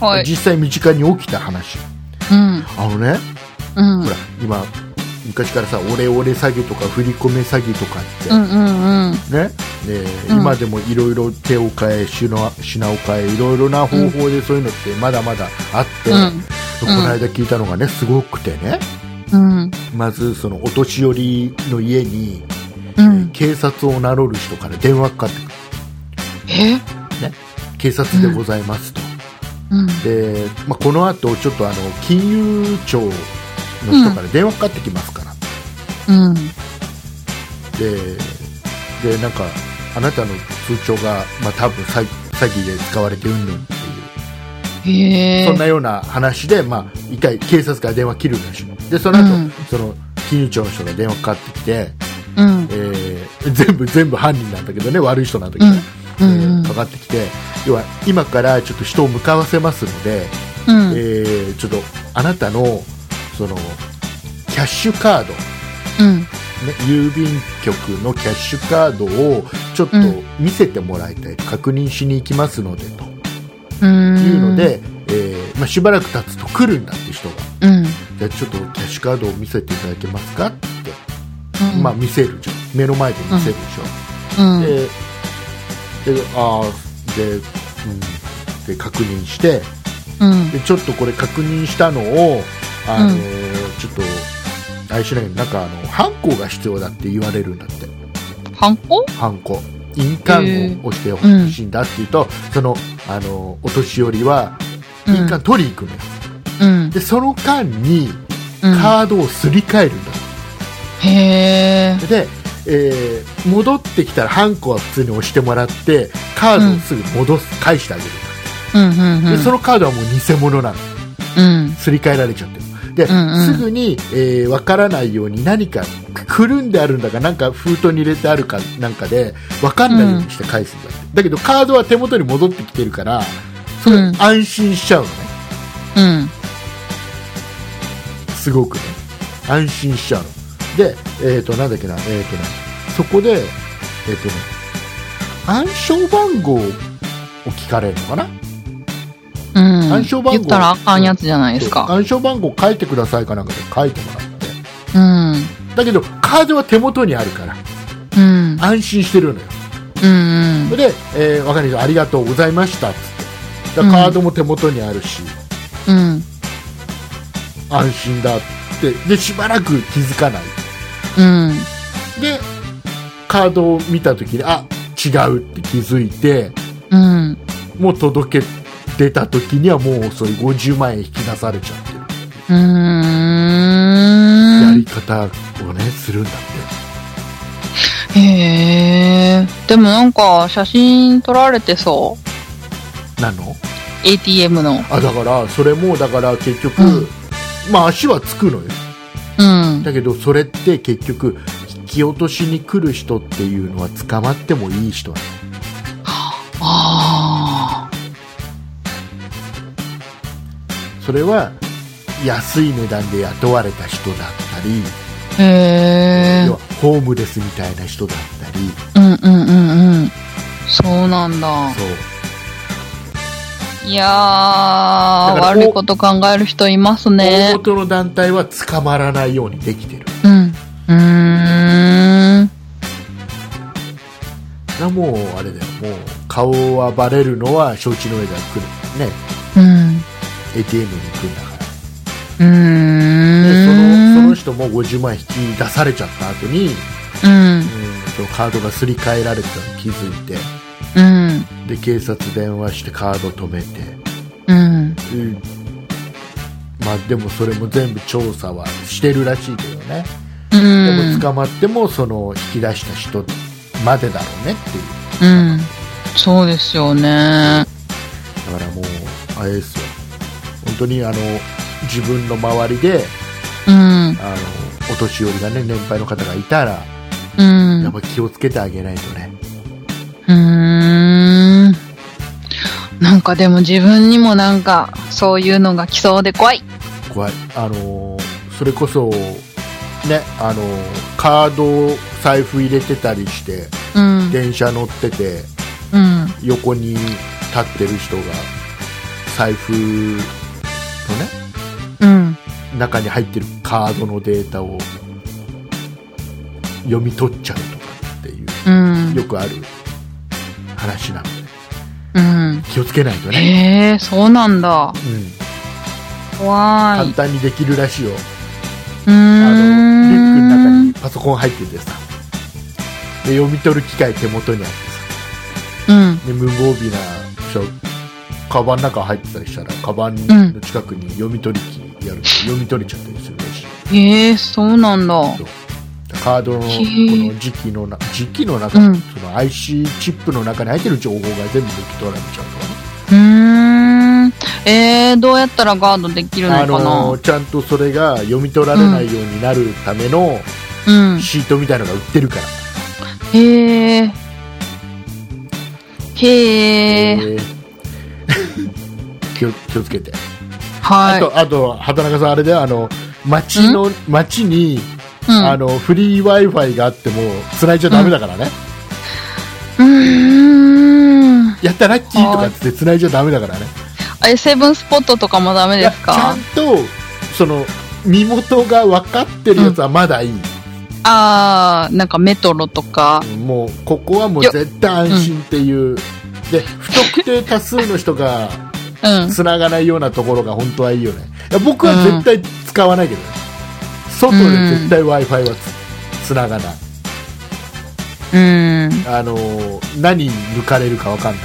Speaker 1: はい。
Speaker 2: 実際身近に起きた話
Speaker 1: うん。
Speaker 2: あのね、
Speaker 1: うん。
Speaker 2: ほら今昔からさオレオレ詐欺とか振り込め詐欺とかって、
Speaker 1: うんうんうん。
Speaker 2: ねえー
Speaker 1: うん
Speaker 2: 今でもいろいろ手を変え品を品を変えいろいろな方法でそういうのってまだまだあって、
Speaker 1: うん
Speaker 2: この間聞いたのがねすごくてね
Speaker 1: うん。
Speaker 2: まずそのお年寄りの家に、
Speaker 1: うん。
Speaker 2: 警察を名乗る人から電話かかってくる
Speaker 1: え
Speaker 2: 警察でございますと、
Speaker 1: うん。
Speaker 2: で、まあ、この後ちょっとあの金融庁の人から電話かかってきますから、
Speaker 1: うん。
Speaker 2: ででなんかあなたの通帳が、まあ、多分詐詐欺で使われてうんぬんっていう、
Speaker 1: へえ。
Speaker 2: そんなような話で、まあ、一回警察から電話切るらしいでその後、
Speaker 1: うん
Speaker 2: その金融庁の人が電話かかってきて、
Speaker 1: うん。
Speaker 2: えー全部全部犯人なんだけどね悪い人なんだけ
Speaker 1: う
Speaker 2: ど、
Speaker 1: ん。うん。う
Speaker 2: え
Speaker 1: ん
Speaker 2: ーかかってきて要は今からちょっと人を向かわせますので、
Speaker 1: うん。
Speaker 2: えーちょっとあなたのそのキャッシュカード
Speaker 1: うん。
Speaker 2: ね、郵便局のキャッシュカードをちょっと
Speaker 1: うん
Speaker 2: 見せてもらいたい、確認しに行きますのでと
Speaker 1: うん。
Speaker 2: いうので、えーまあ、しばらく経つと来るんだって人が
Speaker 1: うん。
Speaker 2: じゃあちょっとキャッシュカードを見せていただけますかって、
Speaker 1: うん。
Speaker 2: まあ、見せるじゃん目の前で見せるでしょ、
Speaker 1: うん。
Speaker 2: でであーで,、うん、で確認して
Speaker 1: うん。
Speaker 2: でちょっとこれ確認したのをあのー
Speaker 1: うん
Speaker 2: ちょっとあれしないなんかあのハンコが必要だって言われるんだって。
Speaker 1: ハンコ
Speaker 2: ハンコ印鑑を押してほしいんだっていうと、そのあのお年寄りは
Speaker 1: うん
Speaker 2: 印鑑取りに行くのよ、
Speaker 1: うん。
Speaker 2: でその間に
Speaker 1: うん
Speaker 2: カードをすり替えるんだ
Speaker 1: へえ。
Speaker 2: で、えー戻ってきたらハンコは普通に押してもらってカードをすぐ戻す、返してあげるん
Speaker 1: うんうん
Speaker 2: だ
Speaker 1: うん。
Speaker 2: でそのカードはもう偽物なの
Speaker 1: うん。
Speaker 2: すり替えられちゃってるで、
Speaker 1: うんうん
Speaker 2: すぐに、えーわからないように何かくるんであるんだかなんか封筒に入れてあるかなんかでわかんないようにして返すんだって、だけどカードは手元に戻ってきてるからそれ
Speaker 1: うん
Speaker 2: 安心しちゃうのね
Speaker 1: うん。
Speaker 2: すごくね安心しちゃうのでえっ、となんだっけなえっ、とねそこでえっ、とね暗証番号を聞かれるのかな
Speaker 1: うん。
Speaker 2: 暗証番号
Speaker 1: 言ったらあかんやつじゃないですか。
Speaker 2: 暗証番号書いてくださいかなんかで書いてもらって
Speaker 1: うん。
Speaker 2: だけどカードは手元にあるから
Speaker 1: うん。
Speaker 2: 安心してるのよ
Speaker 1: うん
Speaker 2: そ。れで、えー、わかりましたありがとうございましたっつってだからカードも手元にあるし、
Speaker 1: うん。
Speaker 2: 安心だってでしばらく気づかない
Speaker 1: うん。
Speaker 2: でカードを見た時にあ違うって気づいて
Speaker 1: うん。
Speaker 2: もう届け出た時にはもう遅い50万円引き出されちゃってる、
Speaker 1: うー
Speaker 2: や
Speaker 1: ん
Speaker 2: り。方をねするんだっ
Speaker 1: へえ。でもなんか写真撮られてそう。
Speaker 2: てなの
Speaker 1: ATM の。
Speaker 2: あだからそれもだから結局、
Speaker 1: うん
Speaker 2: まあ足はつくのよ
Speaker 1: うん。
Speaker 2: だけどそれって結局引き落としに来る人っていうのは捕まってもいい人なの
Speaker 1: ああ。
Speaker 2: それは安い値段で雇われた人だったり、
Speaker 1: へえ
Speaker 2: 要は。ホームレスみたいな人だったり
Speaker 1: うんうんうんうん。そうなんだ。
Speaker 2: そう
Speaker 1: いやー、
Speaker 2: だから
Speaker 1: 悪いこと考える人います
Speaker 2: 大
Speaker 1: ね。
Speaker 2: 元の団体は捕まらないようにできてる
Speaker 1: うん。うーん。
Speaker 2: なもうあれだよもう顔はバレるのは承知の上では来るね
Speaker 1: うん。
Speaker 2: ATM に行くんだから
Speaker 1: う
Speaker 2: でそのそ
Speaker 1: ー
Speaker 2: の
Speaker 1: ん。
Speaker 2: 人も50万円引き出されちゃった後に、うん、
Speaker 1: うん。
Speaker 2: そのカードがすり替えられてたのに気づいて
Speaker 1: うん。
Speaker 2: で警察電話してカード止めて、
Speaker 1: うん。
Speaker 2: うん、まあでもそれも全部調査はしてるらしいけどね、
Speaker 1: うん。
Speaker 2: でも捕まってもその引き出した人までだろうねっていう
Speaker 1: うん。そうですよね。
Speaker 2: だからもうあれですよ本当にあの自分の周りで
Speaker 1: うん。
Speaker 2: あのお年寄りがね年配の方がいたら、
Speaker 1: うん。
Speaker 2: や
Speaker 1: う
Speaker 2: っぱ気をつけてあげないとね
Speaker 1: ーん。なんかでも自分にもなんか、そういうのが来そうで怖い。
Speaker 2: 怖いあのそれこそねあのカードを財布入れてたりして
Speaker 1: うん。
Speaker 2: 電車乗ってて
Speaker 1: うん。
Speaker 2: 横に立ってる人が財布のね
Speaker 1: うん。
Speaker 2: 中に入ってるカードのデータを読み取っちゃうとかっていう
Speaker 1: うん。
Speaker 2: よくある話なので
Speaker 1: うん。
Speaker 2: 気をつけないとね、
Speaker 1: へえ、そうなんだ。
Speaker 2: うん、
Speaker 1: 怖い
Speaker 2: 簡。単にできるらしいよ、
Speaker 1: うー
Speaker 2: あのリュックの中
Speaker 1: ん
Speaker 2: に。パソコン入っててさで読み取る機械手元にあって
Speaker 1: うん。
Speaker 2: さで無防備な人カバンの中入ってたりしたらカバン
Speaker 1: ん
Speaker 2: の近くに読み取り機やると読み取れちゃったりするらしい
Speaker 1: へえ、そうなんだ。
Speaker 2: そうカードのこ
Speaker 1: ー
Speaker 2: の時期のな時期の中に、
Speaker 1: うん
Speaker 2: その IC チップの中に入ってる情報が全部抜き取られちゃうとかね
Speaker 1: うーん。えー、どうやったらガードできるのか
Speaker 2: あ
Speaker 1: な、
Speaker 2: のちゃんとそれが読み取られないようになるための
Speaker 1: うん。
Speaker 2: シートみたいなのが売ってるから、
Speaker 1: へえ。へえ。
Speaker 2: えー 気を気をつけて、あ
Speaker 1: は
Speaker 2: とあと畑中さんあれであの町の町に、
Speaker 1: い。うん。
Speaker 2: あのフリー w i f i があっても繋いじゃダメだからね、
Speaker 1: うーん。
Speaker 2: やったラッキーとかっつって繋いじゃダメだからね
Speaker 1: あれ、セブンスポットとかもダメ
Speaker 2: い
Speaker 1: で
Speaker 2: や
Speaker 1: す
Speaker 2: ちゃ
Speaker 1: か
Speaker 2: んとその身元が分かってるやつはまだいい、
Speaker 1: あー、なんかメトロとか。
Speaker 2: もうここはもう
Speaker 1: よ
Speaker 2: 絶対安心っていう、で不特定多数の人が
Speaker 1: うん。
Speaker 2: 繋がないようなところが本当はいいよねいや僕は絶対使わないけどね、外で絶対 w i f i はつ繋がない、
Speaker 1: うん。
Speaker 2: あのー何抜かれるか分かんない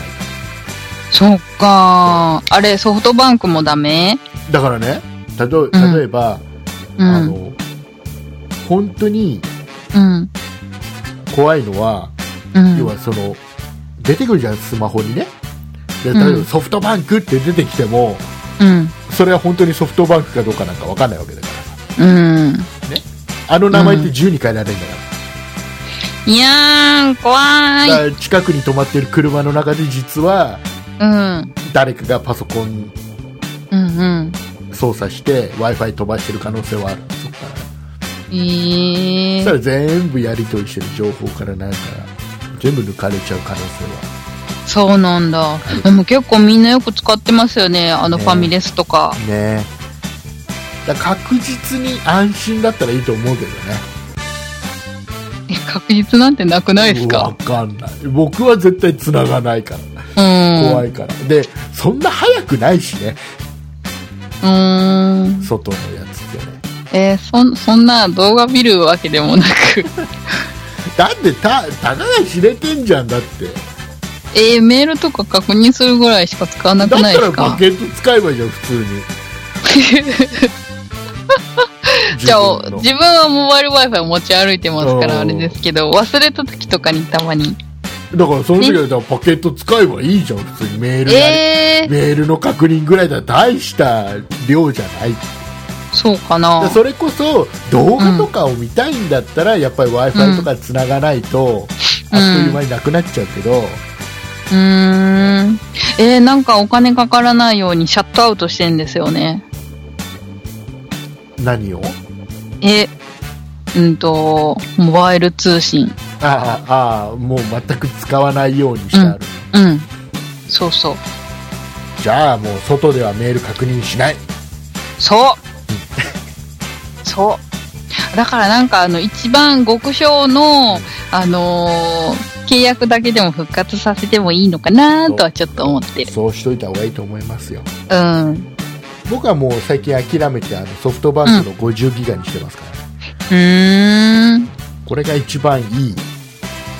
Speaker 1: そっかー。あれ、ソフトバンクもダメ
Speaker 2: だからね例
Speaker 1: ん
Speaker 2: え例えば、
Speaker 1: う
Speaker 2: あ
Speaker 1: ん。
Speaker 2: の本当に
Speaker 1: うん。
Speaker 2: 怖いのは、
Speaker 1: うん。
Speaker 2: 要はその出てくるじゃんスマホにねで
Speaker 1: うん
Speaker 2: 例えばソフトバンクって出てきても、
Speaker 1: うん。
Speaker 2: それは本当にソフトバンクかどうかなんか分かんないわけだから
Speaker 1: う
Speaker 2: さ
Speaker 1: ん。
Speaker 2: あの名前って自由に変えられるんだから,、
Speaker 1: いやー、怖
Speaker 2: だ
Speaker 1: い。
Speaker 2: から近くに止まってる車の中で実は
Speaker 1: うん。
Speaker 2: 誰かがパソコン
Speaker 1: うんうん。
Speaker 2: 操作して w i f i 飛ばしてる可能性はあるそっから、
Speaker 1: え
Speaker 2: そ
Speaker 1: え
Speaker 2: したら全部やり取りしてる情報からなんか全部抜かれちゃう可能性
Speaker 1: そうなんだ。でも結構みんなよく使ってますよね。あの
Speaker 2: ね
Speaker 1: ファミレスとか。
Speaker 2: はねだから確実に安心だったらいいと思うけどね
Speaker 1: え確実なんてなくないですか
Speaker 2: 分かんない僕は絶対繋がないから、
Speaker 1: うん。
Speaker 2: 怖いからでそんな早くないしね
Speaker 1: うーん。
Speaker 2: 外のやつってね
Speaker 1: えーそん、そんな動画見るわけでもな く。
Speaker 2: だってたたかが知れてんじゃんだって
Speaker 1: えーメールとか確認するぐらいしか使わな
Speaker 2: だ
Speaker 1: く
Speaker 2: っ
Speaker 1: ない
Speaker 2: た
Speaker 1: で
Speaker 2: ら
Speaker 1: す
Speaker 2: バ
Speaker 1: か
Speaker 2: ケット使えばいいじゃん普通に
Speaker 1: じゃあ
Speaker 2: 自分、の
Speaker 1: 自分はモバイル Wi-Fi 持ち歩いてますか
Speaker 2: う
Speaker 1: ら
Speaker 2: ん
Speaker 1: あれですけど、忘れた時とかにたまに。
Speaker 2: だからその時はだからパケット使えばいいじゃん普通にメールやり
Speaker 1: えー、
Speaker 2: メールの確認ぐらいだ大した量じゃない
Speaker 1: そうかな。
Speaker 2: それこそ動画とかを見たいんだったら、やっぱり w i f
Speaker 1: うん
Speaker 2: i とか繋がないと、あっという間になくなっちゃうけど、
Speaker 1: うーん。えー、なんかお金かからないようにシャットアウトしてんですよね。
Speaker 2: 何を
Speaker 1: え、うんと、モバイル通信。
Speaker 2: ああああもう全く使わないようにしてある、
Speaker 1: うん。そうそう。
Speaker 2: じゃあもう外ではメール確認しない
Speaker 1: そう。そう。だからなんかあの一番極小の、あのー契約だけでも復活させてもいいのかなとはちょっと思ってる。
Speaker 2: そうしといた方がいいと思いますよ
Speaker 1: うん。う
Speaker 2: 僕はもう最近諦めてあのソフトバンクの50ギガにしてますから、
Speaker 1: ー
Speaker 2: ね
Speaker 1: ん。
Speaker 2: これが一番いい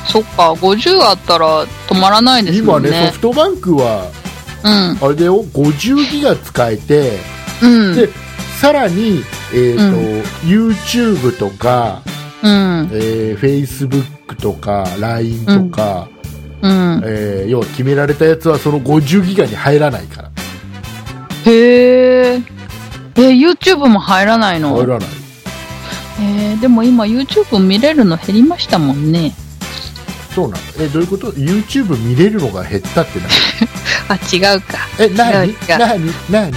Speaker 1: そっか、50あったら止まらないですも
Speaker 2: 今
Speaker 1: ん
Speaker 2: ね
Speaker 1: ね。
Speaker 2: ソフトバンクは
Speaker 1: うん。
Speaker 2: あれだよ50ギガ使えて、
Speaker 1: うん。
Speaker 2: でさらに、えーと YouTube とか、
Speaker 1: うん。
Speaker 2: えー Facebook とか LINE とか、
Speaker 1: うん。
Speaker 2: えー要は決められたやつはその50ギガに入らないから
Speaker 1: へえ。え、YouTube も入らないの
Speaker 2: 入らない
Speaker 1: えーでも今 YouTube 見れるの減りましたもんね。
Speaker 2: そうなのえどういうこと YouTube 見れるのが減ったってな
Speaker 1: あ、違うか。
Speaker 2: え何
Speaker 1: 違う違う
Speaker 2: 何何
Speaker 1: う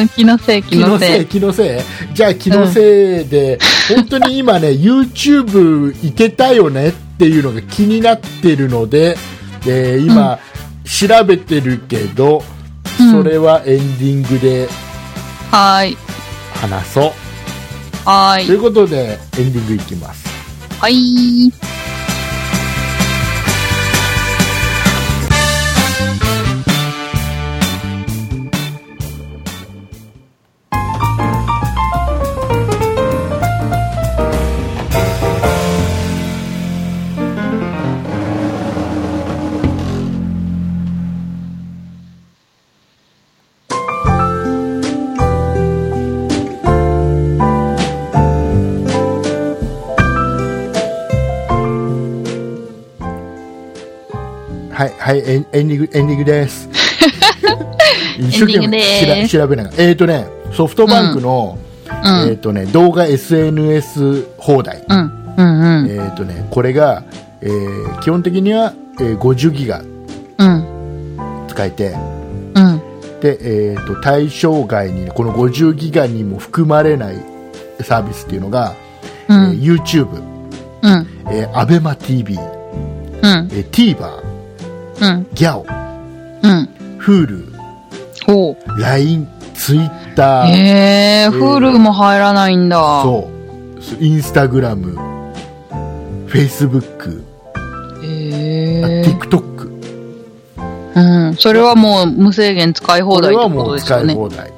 Speaker 1: ーん、気のせい、気
Speaker 2: 気の
Speaker 1: の
Speaker 2: せ
Speaker 1: せ
Speaker 2: い
Speaker 1: い。
Speaker 2: 気のせいじゃあ気のせいで、本当 に今ね YouTube 行けたよねっていうのが気になってるので、えー今、調べてるけど
Speaker 1: うん
Speaker 2: それはエンディングで
Speaker 1: はーい。
Speaker 2: 話そう、
Speaker 1: はー
Speaker 2: とい
Speaker 1: い。
Speaker 2: うことでエンディングいきます
Speaker 1: はい。
Speaker 2: はいはいエンエンディングエンディングです 一生懸
Speaker 1: エンディング
Speaker 2: 命
Speaker 1: で
Speaker 2: 調
Speaker 1: す
Speaker 2: 調べながらえっ、とねソフトバンクの、
Speaker 1: うん
Speaker 2: えっ、とね動画 SNS 放題
Speaker 1: うん。うんうん。
Speaker 2: えーとね、これが、えー基本的には、えー50ギガ
Speaker 1: うん。
Speaker 2: 使えて
Speaker 1: うん。
Speaker 2: で、えー、と対象外にこの50ギガにも含まれないサービスっていうのが、
Speaker 1: う
Speaker 2: えー
Speaker 1: ん。
Speaker 2: YouTube、
Speaker 1: うん。
Speaker 2: えー、
Speaker 1: う
Speaker 2: ABEMATV、
Speaker 1: ん。
Speaker 2: えー、TVer、
Speaker 1: うん。
Speaker 2: GAO、
Speaker 1: うん。
Speaker 2: Hulu、
Speaker 1: ほ
Speaker 2: LINE、
Speaker 1: う。
Speaker 2: Twitter、
Speaker 1: へえ、
Speaker 2: ー
Speaker 1: Hulu も入らないんだ。
Speaker 2: そう、そう Instagram、Facebook、あ
Speaker 1: へえ。
Speaker 2: TikTok、
Speaker 1: うん。それはもう無制限使い放
Speaker 2: こ
Speaker 1: 題
Speaker 2: れ
Speaker 1: っ
Speaker 2: は
Speaker 1: てこ
Speaker 2: も
Speaker 1: と
Speaker 2: う
Speaker 1: ですよ
Speaker 2: 使い
Speaker 1: ね。
Speaker 2: 放題。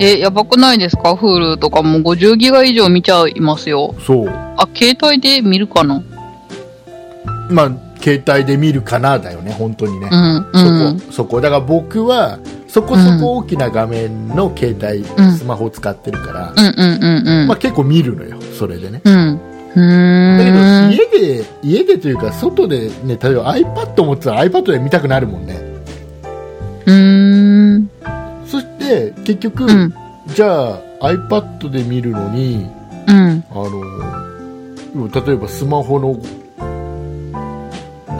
Speaker 1: え、やばくないですか ?Hulu とかも50ギガ以上見ちゃいますよ。
Speaker 2: そう
Speaker 1: あ、携帯で見るかな
Speaker 2: まあ、携帯で見るかなだよね、本当にね、
Speaker 1: うん、うん。
Speaker 2: そこそこだから僕はそこそこ大きな画面の携帯、
Speaker 1: うん
Speaker 2: スマホ使ってるから、
Speaker 1: うん、うん、うん、うん。
Speaker 2: まあ、結構見るのよ、それでね。
Speaker 1: うん。う
Speaker 2: だけど
Speaker 1: ーん。
Speaker 2: 家で家でというか外で、ね、例えば iPad 持ってたら iPad で見たくなるもんね
Speaker 1: うーん。
Speaker 2: そして結局、
Speaker 1: うん。
Speaker 2: じゃあ iPad で見るのに
Speaker 1: うん。
Speaker 2: あの例えばスマホの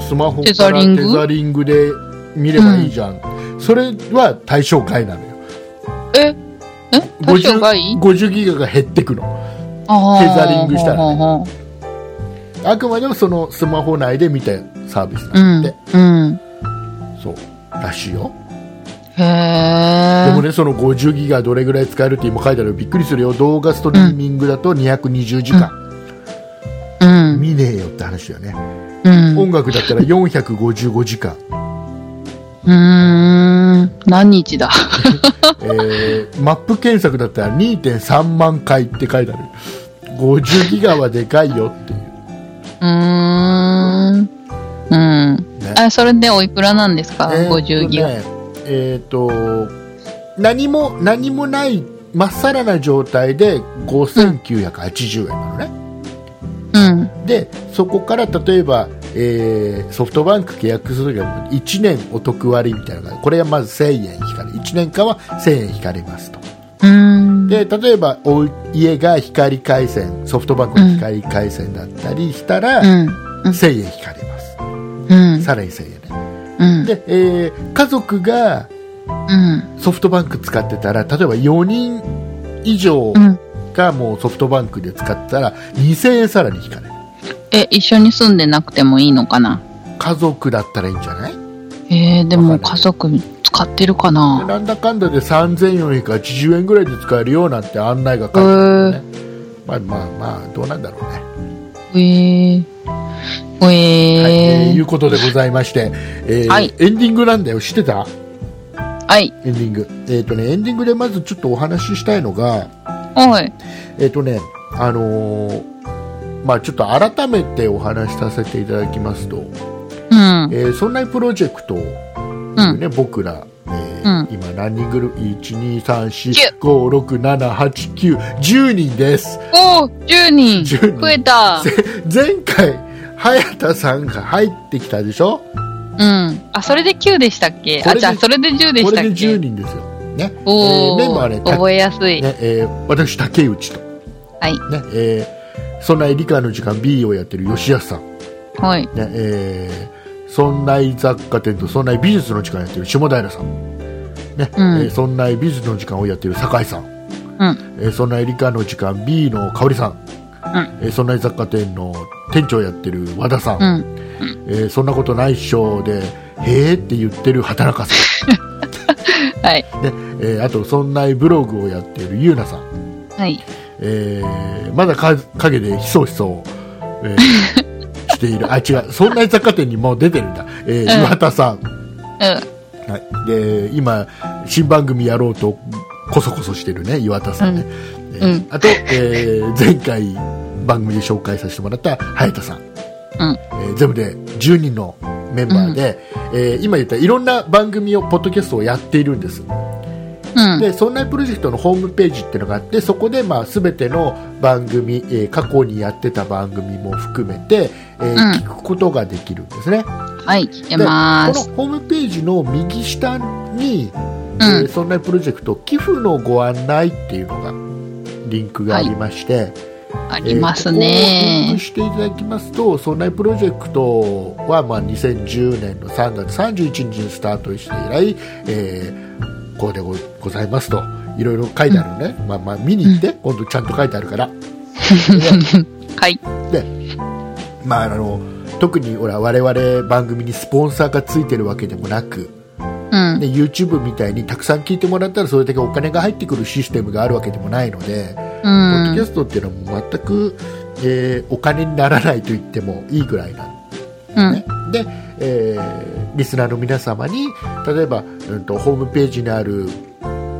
Speaker 2: スマホ
Speaker 1: テ
Speaker 2: か
Speaker 1: ザ
Speaker 2: ら
Speaker 1: リン
Speaker 2: テ
Speaker 1: グ
Speaker 2: ザリングで見ればいいじゃん、それは対象外なのよ
Speaker 1: ええ対象外
Speaker 2: 50, 50ギガが減ってくの
Speaker 1: あー
Speaker 2: テザリングしたら
Speaker 1: ほ
Speaker 2: ね
Speaker 1: うほうほ
Speaker 2: あくまでもそのスマホ内で見たサービス
Speaker 1: うう
Speaker 2: なん
Speaker 1: ん
Speaker 2: だって、。
Speaker 1: うん。
Speaker 2: そうらしいよ
Speaker 1: へ
Speaker 2: でも
Speaker 1: え。
Speaker 2: ねその50ギガどれぐらい使えるって今書いてあるよびっくりするよ動画ストリーミングだと220時間、
Speaker 1: うん。
Speaker 2: 見ねえよって話だよね、
Speaker 1: うん。う
Speaker 2: 音楽だったら455 時間、
Speaker 1: ーん。何日だ
Speaker 2: えーマップ検索だったら2.3万回って書いてある50ギガはでかいよっていう
Speaker 1: うーん。うん。
Speaker 2: ね
Speaker 1: あ、それでおいくらなんですか
Speaker 2: えーっと
Speaker 1: ?50 ギガ。
Speaker 2: ねえーっ、と何も何もないまっさらな状態で5980円なのね、
Speaker 1: うん。
Speaker 2: でそこから例えば、えーソフトバンク契約するときは1年お得割みたいなのがこれがまず1000円引かれ1年間は1000円引かれますと
Speaker 1: うーん。
Speaker 2: で例えばお家が光回線ソフトバンクの光回線だったりしたら、
Speaker 1: うん。
Speaker 2: 1000円引かれます
Speaker 1: うん。
Speaker 2: さらに1000円ね
Speaker 1: うん。
Speaker 2: で、えー家族が
Speaker 1: うん。
Speaker 2: ソフトバンク使ってたら例えば4人以上
Speaker 1: うん。
Speaker 2: がもうソフトバンクで使ったら2000円さらに引かれる
Speaker 1: え、一緒に住んでなくてもいいのかな
Speaker 2: 家族だったらいいんじゃない
Speaker 1: えー、でも
Speaker 2: わかる
Speaker 1: 家族使ってるかな
Speaker 2: なんだかんだで3480円ぐらいで使えるよなんて案内が書いてあるよねまあまあまあどうなんだろうね、
Speaker 1: えー、
Speaker 2: はいえー
Speaker 1: え
Speaker 2: い
Speaker 1: ー、
Speaker 2: うことでございまして、えー
Speaker 1: はい
Speaker 2: エンディングなんだよ知ってた
Speaker 1: はい、
Speaker 2: エンディングえっ、とねエンディングでまずちょっとお話ししたいのが
Speaker 1: おい、
Speaker 2: えっ、とねあのーまあちょっと改めてお話しさせていただきますと、
Speaker 1: うん、
Speaker 2: えー、そんなプロジェクトをね、
Speaker 1: うん、
Speaker 2: 僕ら、えー
Speaker 1: うん
Speaker 2: 今何人グループ12345678910人です
Speaker 1: おー、10人、
Speaker 2: 10人
Speaker 1: 増えた、
Speaker 2: 前回早田さんが入ってきたでしょ
Speaker 1: うん。あ、それで9でしたっけ
Speaker 2: これ
Speaker 1: あ、
Speaker 2: で
Speaker 1: じゃあ、それで10でした
Speaker 2: こ
Speaker 1: っけ
Speaker 2: れで10人ですよ。ね。
Speaker 1: おー、
Speaker 2: えーメンバーねた
Speaker 1: 覚えやすい。
Speaker 2: ねえー私、竹内と。
Speaker 1: はい。
Speaker 2: ねえー、そんな理科の時間 B をやってる吉安さん。
Speaker 1: はい。
Speaker 2: ねえー、そんな雑貨店とそんな美術の時間やってる下平さん。ね
Speaker 1: うん
Speaker 2: えーそんな美術の時間をやってる酒井さん。
Speaker 1: うん。
Speaker 2: えー、そんな理科の時間 B の香里さん。えーそんな雑貨店の店長やってる和田さん。
Speaker 1: うん。
Speaker 2: えーそんなことないっしょで、へーって言ってる働かさん。
Speaker 1: はい。
Speaker 2: ねえーあと、そんなブログをやっているゆうなさん、
Speaker 1: はい。
Speaker 2: えーまだか陰でひそひそ、 えーしている、あ違う、そんな雑貨店にもう出てるんだ、えー
Speaker 1: うん
Speaker 2: 岩田さん、
Speaker 1: う
Speaker 2: はいで、今、新番組やろうとこそこそしてるね、岩田さんね、えー
Speaker 1: うん
Speaker 2: あと、えー前回、番組で紹介させてもらった早田さん、
Speaker 1: ん。うん。
Speaker 2: えー全部で10人のメンバーで、えー今言ったいろんな番組を、ポッドキャストをやっているんです。
Speaker 1: うん。
Speaker 2: で、そんなプロジェクトのホームページっていうのがあって、そこで、まあ、すべての番組、えー過去にやってた番組も含めて、えー
Speaker 1: ん
Speaker 2: 聞くことができるんですね。
Speaker 1: はい。聞け
Speaker 2: でこ
Speaker 1: ま
Speaker 2: の
Speaker 1: ーす。
Speaker 2: ホームページの右下に、
Speaker 1: うん
Speaker 2: えーそんなプロジェクト、寄付のご案内っていうのが、リンクがありまして、
Speaker 1: ありますね
Speaker 2: えーここをリンクしていただきますと、そんなプロジェクトは、まあ、2010年の3月31日にスタートして以来、えーこうでごございますと、いろいろ書いてあるのね、まあまあ、見に行って、今度ちゃんと書いてあるから。
Speaker 1: はい。
Speaker 2: で、まあ、あの特にほら我々番組にスポンサーがついてるわけでもなく、
Speaker 1: うん。
Speaker 2: ね、YouTube みたいにたくさん聞いてもらったらそれだけお金が入ってくるシステムがあるわけでもないので。
Speaker 1: う
Speaker 2: ポッドキャ
Speaker 1: ん。
Speaker 2: ストっていうのは全く、えーお金にならないと言ってもいいぐらいなん
Speaker 1: うん。
Speaker 2: で、えーリスナーの皆様に例えば、うん、とホームページにある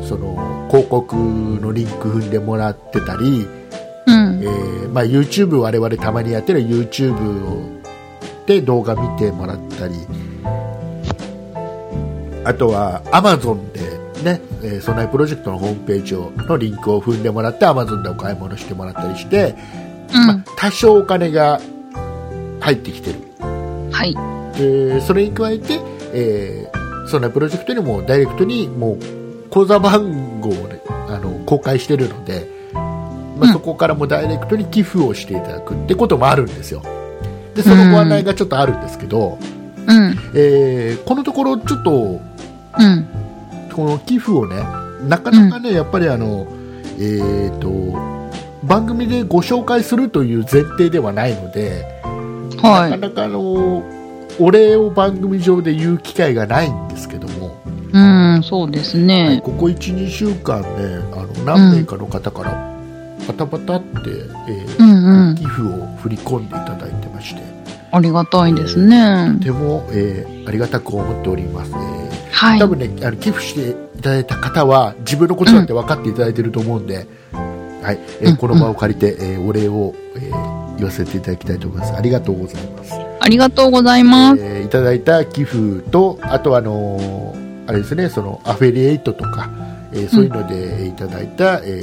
Speaker 2: その広告のリンク踏んでもらってたり、
Speaker 1: うん
Speaker 2: え。ーまあ、YouTube 我々たまにやってる YouTube をで動画見てもらったりあとは Amazon でね、えー、そないプロジェクトのホームページをのリンクを踏んでもらって Amazon でお買い物してもらったりして、
Speaker 1: うん。
Speaker 2: 多少お金が入ってきてる
Speaker 1: はい。
Speaker 2: でそれに加えて、えー、そんなプロジェクトにもダイレクトにもう口座番号を、ね、あの公開してるので、ま
Speaker 1: う
Speaker 2: あ、
Speaker 1: ん
Speaker 2: そこからもダイレクトに寄付をしていただくってこともあるんですよでそのご案内がちょっとあるんですけど、
Speaker 1: うん。
Speaker 2: えーこのところちょっと
Speaker 1: うん。
Speaker 2: この寄付をねなかなかね、やっぱりあのえっ、と番組でご紹介するという前提ではないので、
Speaker 1: は。
Speaker 2: ないかなかあのお礼を番組上で言う機会がないんですけども、
Speaker 1: うん。そうです
Speaker 2: はい
Speaker 1: ね。
Speaker 2: ここ12週間ねあの何名かの方からパタパタって、えー
Speaker 1: うんうん。
Speaker 2: 寄付を振り込んでいただいてまして
Speaker 1: ありがたいですね
Speaker 2: と。ても、えーありがたく思っております、えー
Speaker 1: はい
Speaker 2: 多。分ねあの寄付していただいた方は自分のことだって分かっていただいてると思うんで、はいえ
Speaker 1: う
Speaker 2: ー
Speaker 1: ん
Speaker 2: この場を借りて、えーお礼を、えー言わせていただきたいと思いますありがとうございます
Speaker 1: ありがとうございます。
Speaker 2: えーいただいた寄付とあとはあのーあれですねそのアフィリエイトとか、えーそういうのでえーいただいた、えー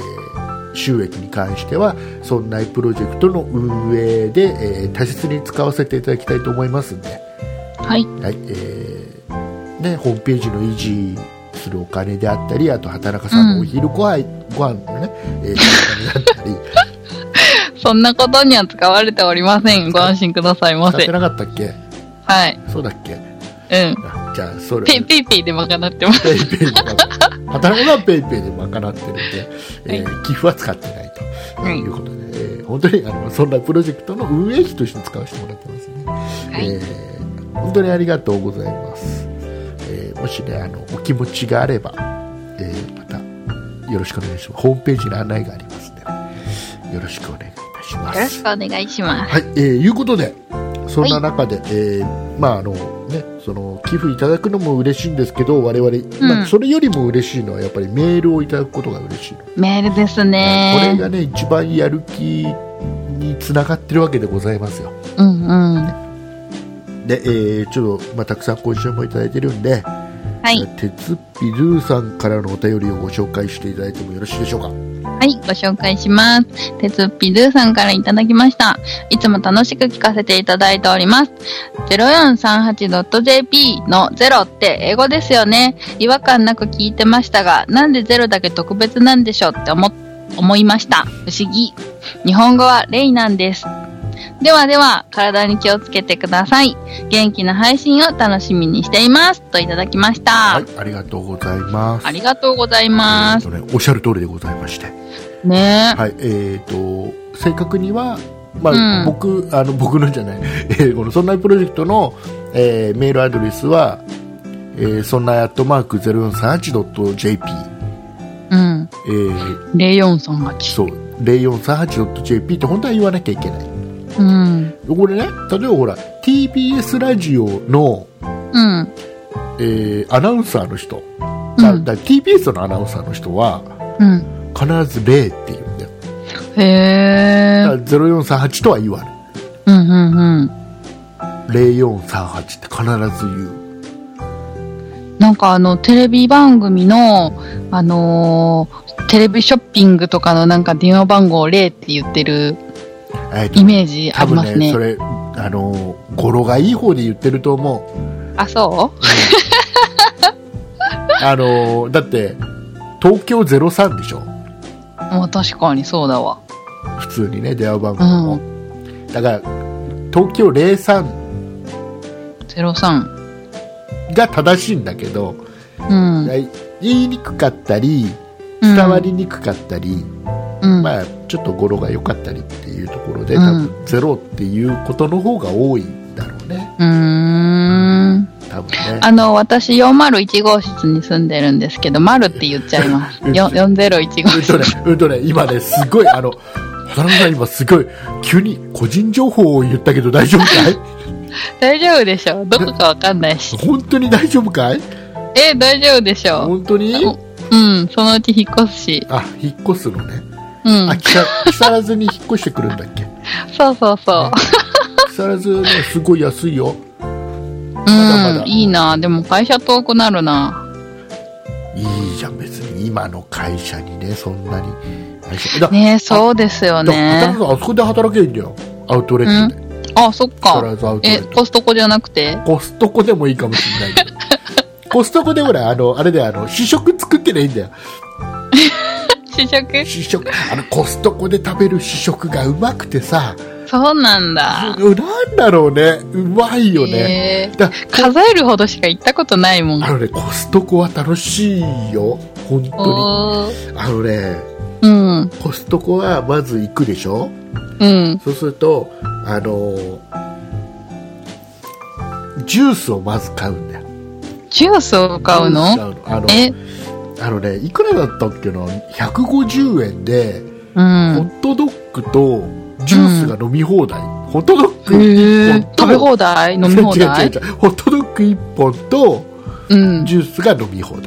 Speaker 2: 収益に関してはそんなプロジェクトの運営で、えー大切に使わせていただきたいと思いますんで、
Speaker 1: はい。
Speaker 2: はいえーね、ホームページの維持するお金であったりあと畑中さん
Speaker 1: う
Speaker 2: の
Speaker 1: ん
Speaker 2: お昼ごはん、ご飯のね、えーお金であ ったり
Speaker 1: そんなことには使われておりません。ご安心くださいま
Speaker 2: 使っ
Speaker 1: せ
Speaker 2: て。なかったっけ
Speaker 1: はい。
Speaker 2: そうだっけ
Speaker 1: うん。
Speaker 2: あじゃあそれ
Speaker 1: ペイペイペイで賄ってます。
Speaker 2: ペイペイで賄う働くのはペイペイで賄ってるんで、えー寄付は使ってないと
Speaker 1: はい
Speaker 2: いうことで、えー本当にあのそんなプロジェクトの運営費として使わせてもらってますね、
Speaker 1: い
Speaker 2: えー本当にありがとうございます、えーもしねあのお気持ちがあれば、えーまたよろしくお願いしますホームページの案内がありますのでよろしくお願いいたしま
Speaker 1: よろ
Speaker 2: す
Speaker 1: しくお願いします。
Speaker 2: はい、えーいうことで、そんな中で、えーまああのね、その寄付いただくのも嬉しいんですけど、我々、まあ、それよりも嬉しいのはやっぱりメールをいただくことが嬉しいの、
Speaker 1: メールです
Speaker 2: これ
Speaker 1: ね。
Speaker 2: がね一番やる気につながってるわけでございますよ。
Speaker 1: うんうん。は
Speaker 2: で、えーちょっとまあたくさん今週もいただいてるんで、
Speaker 1: い。
Speaker 2: 鉄っぴずーさんからのお便りをご紹介していただいてもよろしいでしょうか。
Speaker 1: はい、ご紹介します。鉄ピドゥさんからいただきました。いつも楽しく聞かせていただいております。0438.jp の0って英語ですよね。違和感なく聞いてましたが、なんで0だけ特別なんでしょうって思っ思いました。不思議。日本語はレイなんです。ではでは、体に気をつけてください。元気な配信を楽しみにしています。といただきました。
Speaker 2: はい、ありがとうございます。
Speaker 1: ありがとうございます。
Speaker 2: えーとね、おっしゃる通りでございまして、
Speaker 1: ね
Speaker 2: はい、えっ、と正確には、まあ
Speaker 1: うん
Speaker 2: 僕あの僕のじゃない、えーこのそんなプロジェクトの、えーメールアドレスは、えー、そんなアットマークゼロ四三八ドット jp、
Speaker 1: え。うん。
Speaker 2: えー、
Speaker 1: 0438。
Speaker 2: そう零四三八ドット jp って本当は言わなきゃいけない。
Speaker 1: うん。
Speaker 2: これね、例えばほら TBS ラジオの、
Speaker 1: うん。
Speaker 2: えーアナウンサーの人、だ
Speaker 1: うん。
Speaker 2: だ TBS のアナウンサーの人は
Speaker 1: うん。
Speaker 2: 必ず零って言うんだよ。
Speaker 1: へえ
Speaker 2: だか。らゼロ四三八とは言わない。
Speaker 1: うんうんうん。
Speaker 2: 0438って必ず言う
Speaker 1: なんかあの、テレビ番組の、あのーテレビショッピングとかのなんか電話番号0って言ってる
Speaker 2: えーと
Speaker 1: イメージあ
Speaker 2: 多
Speaker 1: りま
Speaker 2: 分
Speaker 1: す
Speaker 2: ね
Speaker 1: ね。
Speaker 2: それあのー語呂がいい方で言ってると思う
Speaker 1: あ、そう
Speaker 2: あのーだって東京03でしょ
Speaker 1: もう確かにそうだわ。
Speaker 2: 普通にね電話番号も、だから東京03
Speaker 1: 03。
Speaker 2: が正しいんだけど、
Speaker 1: うん。
Speaker 2: だい言いにくかったり
Speaker 1: うん
Speaker 2: 伝わりにくかったり、
Speaker 1: うん。
Speaker 2: まあちょっと語呂が良かったりっていうところで、
Speaker 1: うん
Speaker 2: 多分ゼロっていうことの方が多いんだろうね
Speaker 1: うーん。
Speaker 2: 多分ね
Speaker 1: あの、私、401号室に住んでるんですけど、丸って言っちゃいます。よ401
Speaker 2: う
Speaker 1: 号
Speaker 2: んとね
Speaker 1: 室。、
Speaker 2: うんとね、今ね、すごい、あの、渡辺さん今すごい、急に個人情報を言ったけど大丈夫か い
Speaker 1: 大丈夫でしょどこかわかんないし。
Speaker 2: 本当に大丈夫かい
Speaker 1: え、大丈夫でしょ
Speaker 2: 本当に
Speaker 1: うん、そのうち引っ越すし。
Speaker 2: あ、引っ越すのね。
Speaker 1: うん
Speaker 2: あ、。木更木更津に引っ越してくるんだっけ
Speaker 1: そうそうそう。
Speaker 2: 木更津ね、すごい安いよ。だま
Speaker 1: う
Speaker 2: だ
Speaker 1: ん、いいな。でも会社遠くなるな。
Speaker 2: いいじゃん、別に。今の会社にね、そんなに。会社だ、
Speaker 1: ねそうですよ
Speaker 2: だ渡辺
Speaker 1: ね。
Speaker 2: さん、あそこで働けるんだよ。アウトレットで。
Speaker 1: あ、そっ
Speaker 2: 木
Speaker 1: か。
Speaker 2: 更津アウトレ
Speaker 1: え、
Speaker 2: ット。
Speaker 1: コストコじゃなくて
Speaker 2: コストコでもいいかもしれないけどコストコでほら、あの、あれだよ、あの、試食作ってないいんだよ。
Speaker 1: 試食
Speaker 2: 試食あのコストコで食べる試食がうまくてさ
Speaker 1: そうなんだ。
Speaker 2: なんだろうねうまいよね、
Speaker 1: ね。
Speaker 2: だ
Speaker 1: 数えるほどしか行ったことないもん
Speaker 2: あ。のねコストコは楽しいよ本当
Speaker 1: おー
Speaker 2: にあのね
Speaker 1: うん、
Speaker 2: コストコはまず行くでしょ
Speaker 1: うん、
Speaker 2: そうするとあのジュースをまず買うんだよ
Speaker 1: ジュースを買うの
Speaker 2: ジュース買うあの
Speaker 1: え、
Speaker 2: あのねいくらだったっけな150円で
Speaker 1: うん
Speaker 2: ホ。ットドッグとジュースが飲み放題、ホットドッグ
Speaker 1: へえ
Speaker 2: 一本と
Speaker 1: 食べ放題飲み放
Speaker 2: 違
Speaker 1: 題
Speaker 2: う違う違うホットドッグ1本と
Speaker 1: うん。
Speaker 2: ジュースが飲み放題、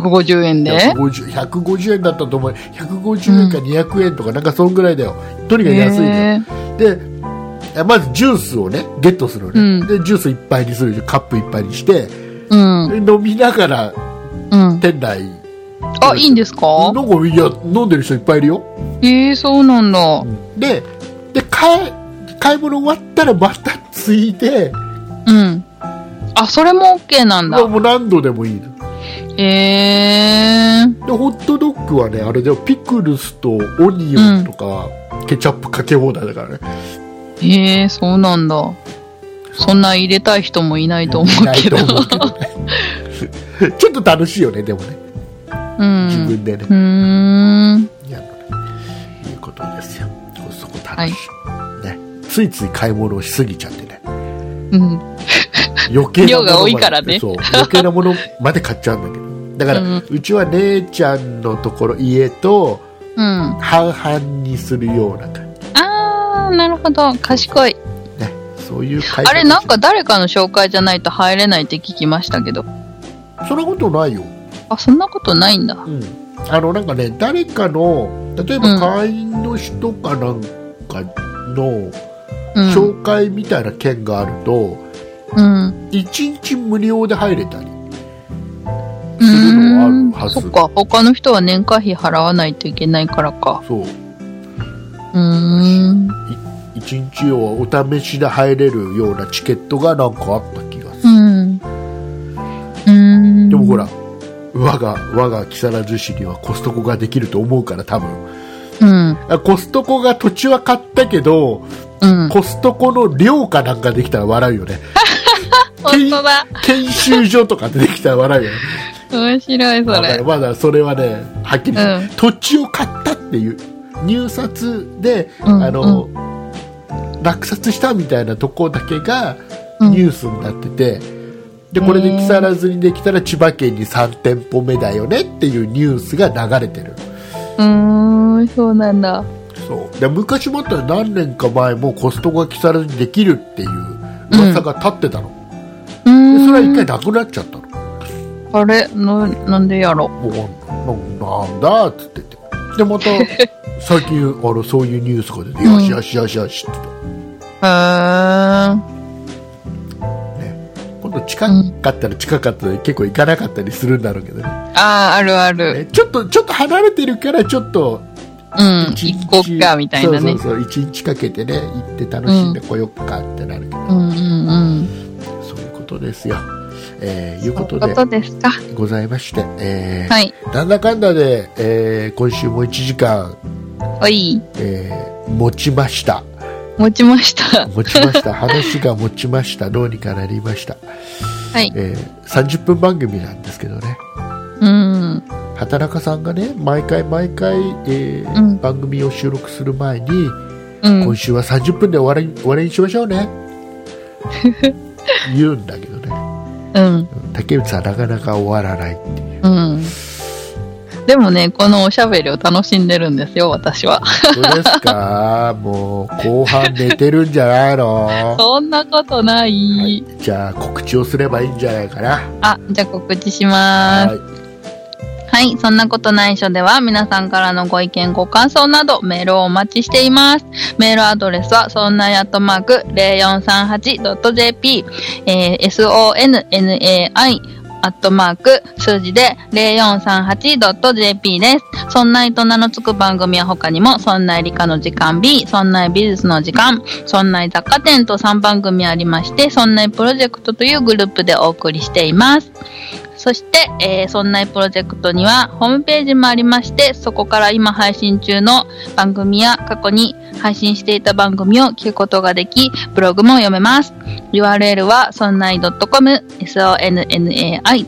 Speaker 1: 150円で
Speaker 2: 150, 150円だったと思う150円か200円とか、なんかそんぐらいだよとにかく安いね、
Speaker 1: へえ
Speaker 2: であまずジュースをねゲットするのね、
Speaker 1: うん
Speaker 2: でジュースいっぱいにするカップいっぱいにして
Speaker 1: うん、
Speaker 2: で飲みながら
Speaker 1: うん。
Speaker 2: 店内
Speaker 1: あ、いいんです
Speaker 2: な
Speaker 1: か
Speaker 2: んかいや飲んでる人いっぱいいるよ
Speaker 1: ええそうなんだ。
Speaker 2: でで買い買い物終わったらまたついで
Speaker 1: うん。あ、それも OK なんだ。
Speaker 2: もう何度でもいいの
Speaker 1: ええ
Speaker 2: でホットドッグはねあれだよピクルスとオニオンとか、ケチャップかけ放題だからね
Speaker 1: ええそうなんだ。そんな入れたい人もいないと思うけど。
Speaker 2: ないと思うけどね ちょっと楽しいよねでもね
Speaker 1: う
Speaker 2: 自
Speaker 1: ん。
Speaker 2: 分でね
Speaker 1: う、ーん。
Speaker 2: やるのねということですよそこ楽しい、ねついつい買い物をしすぎちゃってね
Speaker 1: うん。
Speaker 2: 余計な
Speaker 1: 量
Speaker 2: ものまで
Speaker 1: が多いからね
Speaker 2: そう余計なものまで買っちゃうんだけどだから、
Speaker 1: う
Speaker 2: うんちは姉ちゃんのところ家と
Speaker 1: うん。
Speaker 2: 半々にするような感じ
Speaker 1: あー、なるほど。賢い。
Speaker 2: ねそういう買い方
Speaker 1: あれ、なんか誰かの紹介じゃないと入れないって聞きましたけど。
Speaker 2: そんなことないよ
Speaker 1: あ、そんなことないんだ。
Speaker 2: うん、あのなんかね誰かの例え
Speaker 1: うん
Speaker 2: ば会員の人かなんかの
Speaker 1: うん。
Speaker 2: 紹介みたいな券があると、
Speaker 1: うん。
Speaker 2: 1日無料で入れたり
Speaker 1: う
Speaker 2: するのはある
Speaker 1: ん。
Speaker 2: はず
Speaker 1: そっか、他の人は年会費払わないといけないからか。
Speaker 2: そう
Speaker 1: うーん。
Speaker 2: 1日をお試しで入れるようなチケットがなんかあった気がす
Speaker 1: う
Speaker 2: る、
Speaker 1: ん。うーん。
Speaker 2: でもほら我が我が木更津市にはコストコができると思うから多分
Speaker 1: うん。
Speaker 2: あコストコが土地は買ったけど
Speaker 1: うん。
Speaker 2: コストコの量かなんかできたら笑うよね
Speaker 1: 本当だ。
Speaker 2: 研修所とかでできたら笑うよね
Speaker 1: 面白い、そ
Speaker 2: だか
Speaker 1: れ
Speaker 2: ら。まだそれはねはっきり、
Speaker 1: うん
Speaker 2: 土地を買ったっていう入札で、
Speaker 1: うん
Speaker 2: あの、落札したみたいなとこだけが
Speaker 1: うん
Speaker 2: ニュースになってて、でこれで木更津にできたら千葉県に3店舗目だよねっていうニュースが流れてる
Speaker 1: うーん、そうなんだ。
Speaker 2: そうで昔もあったら何年か前もコストコが木更津にできるっていう噂が立ってたの、
Speaker 1: うーん。
Speaker 2: でそれは一回なくなっちゃったの
Speaker 1: あれな、なんでやろ
Speaker 2: もうなんだっつっててでまた最近あのそういうニュースが出て、よしよしよしよしって
Speaker 1: へー。
Speaker 2: 今度近かったら近かったで結構行かなかったりするんだろうけどね
Speaker 1: ああ、あるある。
Speaker 2: ねちょっとちょっと離れてるからちょっと
Speaker 1: うん。
Speaker 2: 一
Speaker 1: 行こっか、みたいなね。
Speaker 2: そうそうそう1日かけてね行って楽しんでこよっかってなるけど、
Speaker 1: うんうんうん。
Speaker 2: そういうことですよえー、い
Speaker 1: そ
Speaker 2: うこ
Speaker 1: うい
Speaker 2: と
Speaker 1: うこ
Speaker 2: で
Speaker 1: とですか。
Speaker 2: ございまして、えー
Speaker 1: はい。
Speaker 2: なんだかんだで、えー今週も1時間、
Speaker 1: おい。
Speaker 2: えー持ちました
Speaker 1: 持ちました。
Speaker 2: 持ちまし た話が持ちましたどうにかなりました、
Speaker 1: はい。
Speaker 2: えー30分番組なんですけどね
Speaker 1: うん。
Speaker 2: 畑中さんがね毎回毎回、えー
Speaker 1: うん
Speaker 2: 番組を収録する前に、
Speaker 1: うん
Speaker 2: 今。週は30分で終わり終わりにしましょ うね言うんだけどね
Speaker 1: うん。
Speaker 2: 竹内さんなかなか終わらないっていう
Speaker 1: うん。でもね、このおしゃべりを楽しんでるんですよ、私は。
Speaker 2: 本当で すかもう後半寝てるんじゃないの、は
Speaker 1: そんなことない。
Speaker 2: い、じゃあ告知をすればいいんじゃないかな
Speaker 1: あ、じゃあ告知します。
Speaker 2: はい
Speaker 1: はい、そんなことないしょでは皆さんからのご意見、ご感想などメールをお待ちしています。メールアドレスはそんなやとマーク 0438.jp、えー sonnai アットマーク数字で 0438.jp です。そんないと名の付く番組は他にも、そんない理科の時間 B、そんない美術の時間、そんない雑貨店と3番組ありまして、そんないプロジェクトというグループでお送りしています。そして、えー、そんないプロジェクトにはホームページもありまして、そこから今配信中の番組や過去に配信していた番組を聞くことができ、ブログも読めます。URL はそんない .com、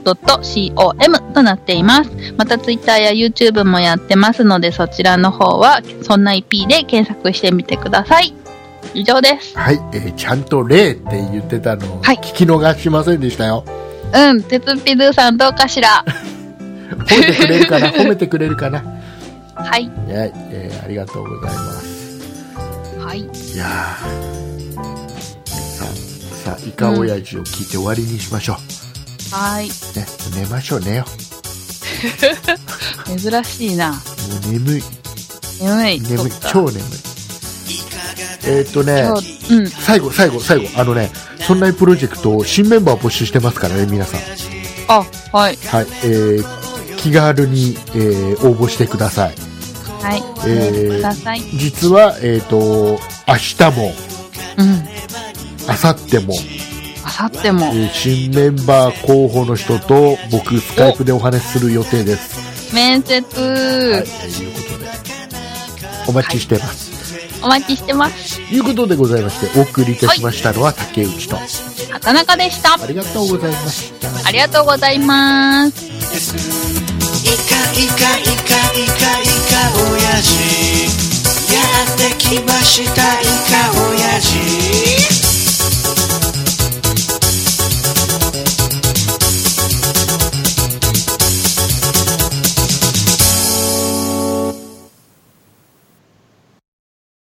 Speaker 1: sonnai.com となっています。また Twitter や YouTube もやってますので、そちらの方はそんない P で検索してみてください。以上です。
Speaker 2: はい、えーちゃんと「例」って言ってたのを
Speaker 1: はい
Speaker 2: 聞き逃しませんでしたよ、
Speaker 1: うん、てつぴずーさんどうかしら。
Speaker 2: 褒めてくれるか な褒めてくれるかなは
Speaker 1: はい。
Speaker 2: い、えーありがとうございます
Speaker 1: はい。
Speaker 2: いやーささイカオヤジを聞いて終わりにしましょう、
Speaker 1: はい。
Speaker 2: ね、寝ましょう寝よ
Speaker 1: 珍しいな。
Speaker 2: うもう眠い
Speaker 1: 眠い。
Speaker 2: 眠い
Speaker 1: そっか
Speaker 2: 超眠いえーっとね
Speaker 1: 今日うん。
Speaker 2: 最後最後最後あのねそんなプロジェクト新メンバー募集してますからね皆さん
Speaker 1: あ、はい。
Speaker 2: はいえー気軽に、えー応募してください
Speaker 1: はい。
Speaker 2: えー
Speaker 1: メールください。
Speaker 2: 実はえーっ、と明日も
Speaker 1: うん。
Speaker 2: 明後日も
Speaker 1: あさっても。
Speaker 2: えー新メンバー候補の人と僕スカイプでお話しする予定です、
Speaker 1: 面
Speaker 2: はい、
Speaker 1: 接
Speaker 2: と、いうことでお待ちしてます、
Speaker 1: お待ちしてます。
Speaker 2: ということでございましてお送りいたしましたのは竹内と、
Speaker 1: 畑中でした。
Speaker 2: ありがとうございました
Speaker 1: ありがとうございます。
Speaker 3: イカイカイカイカイカおやじやってきましたイカおやじ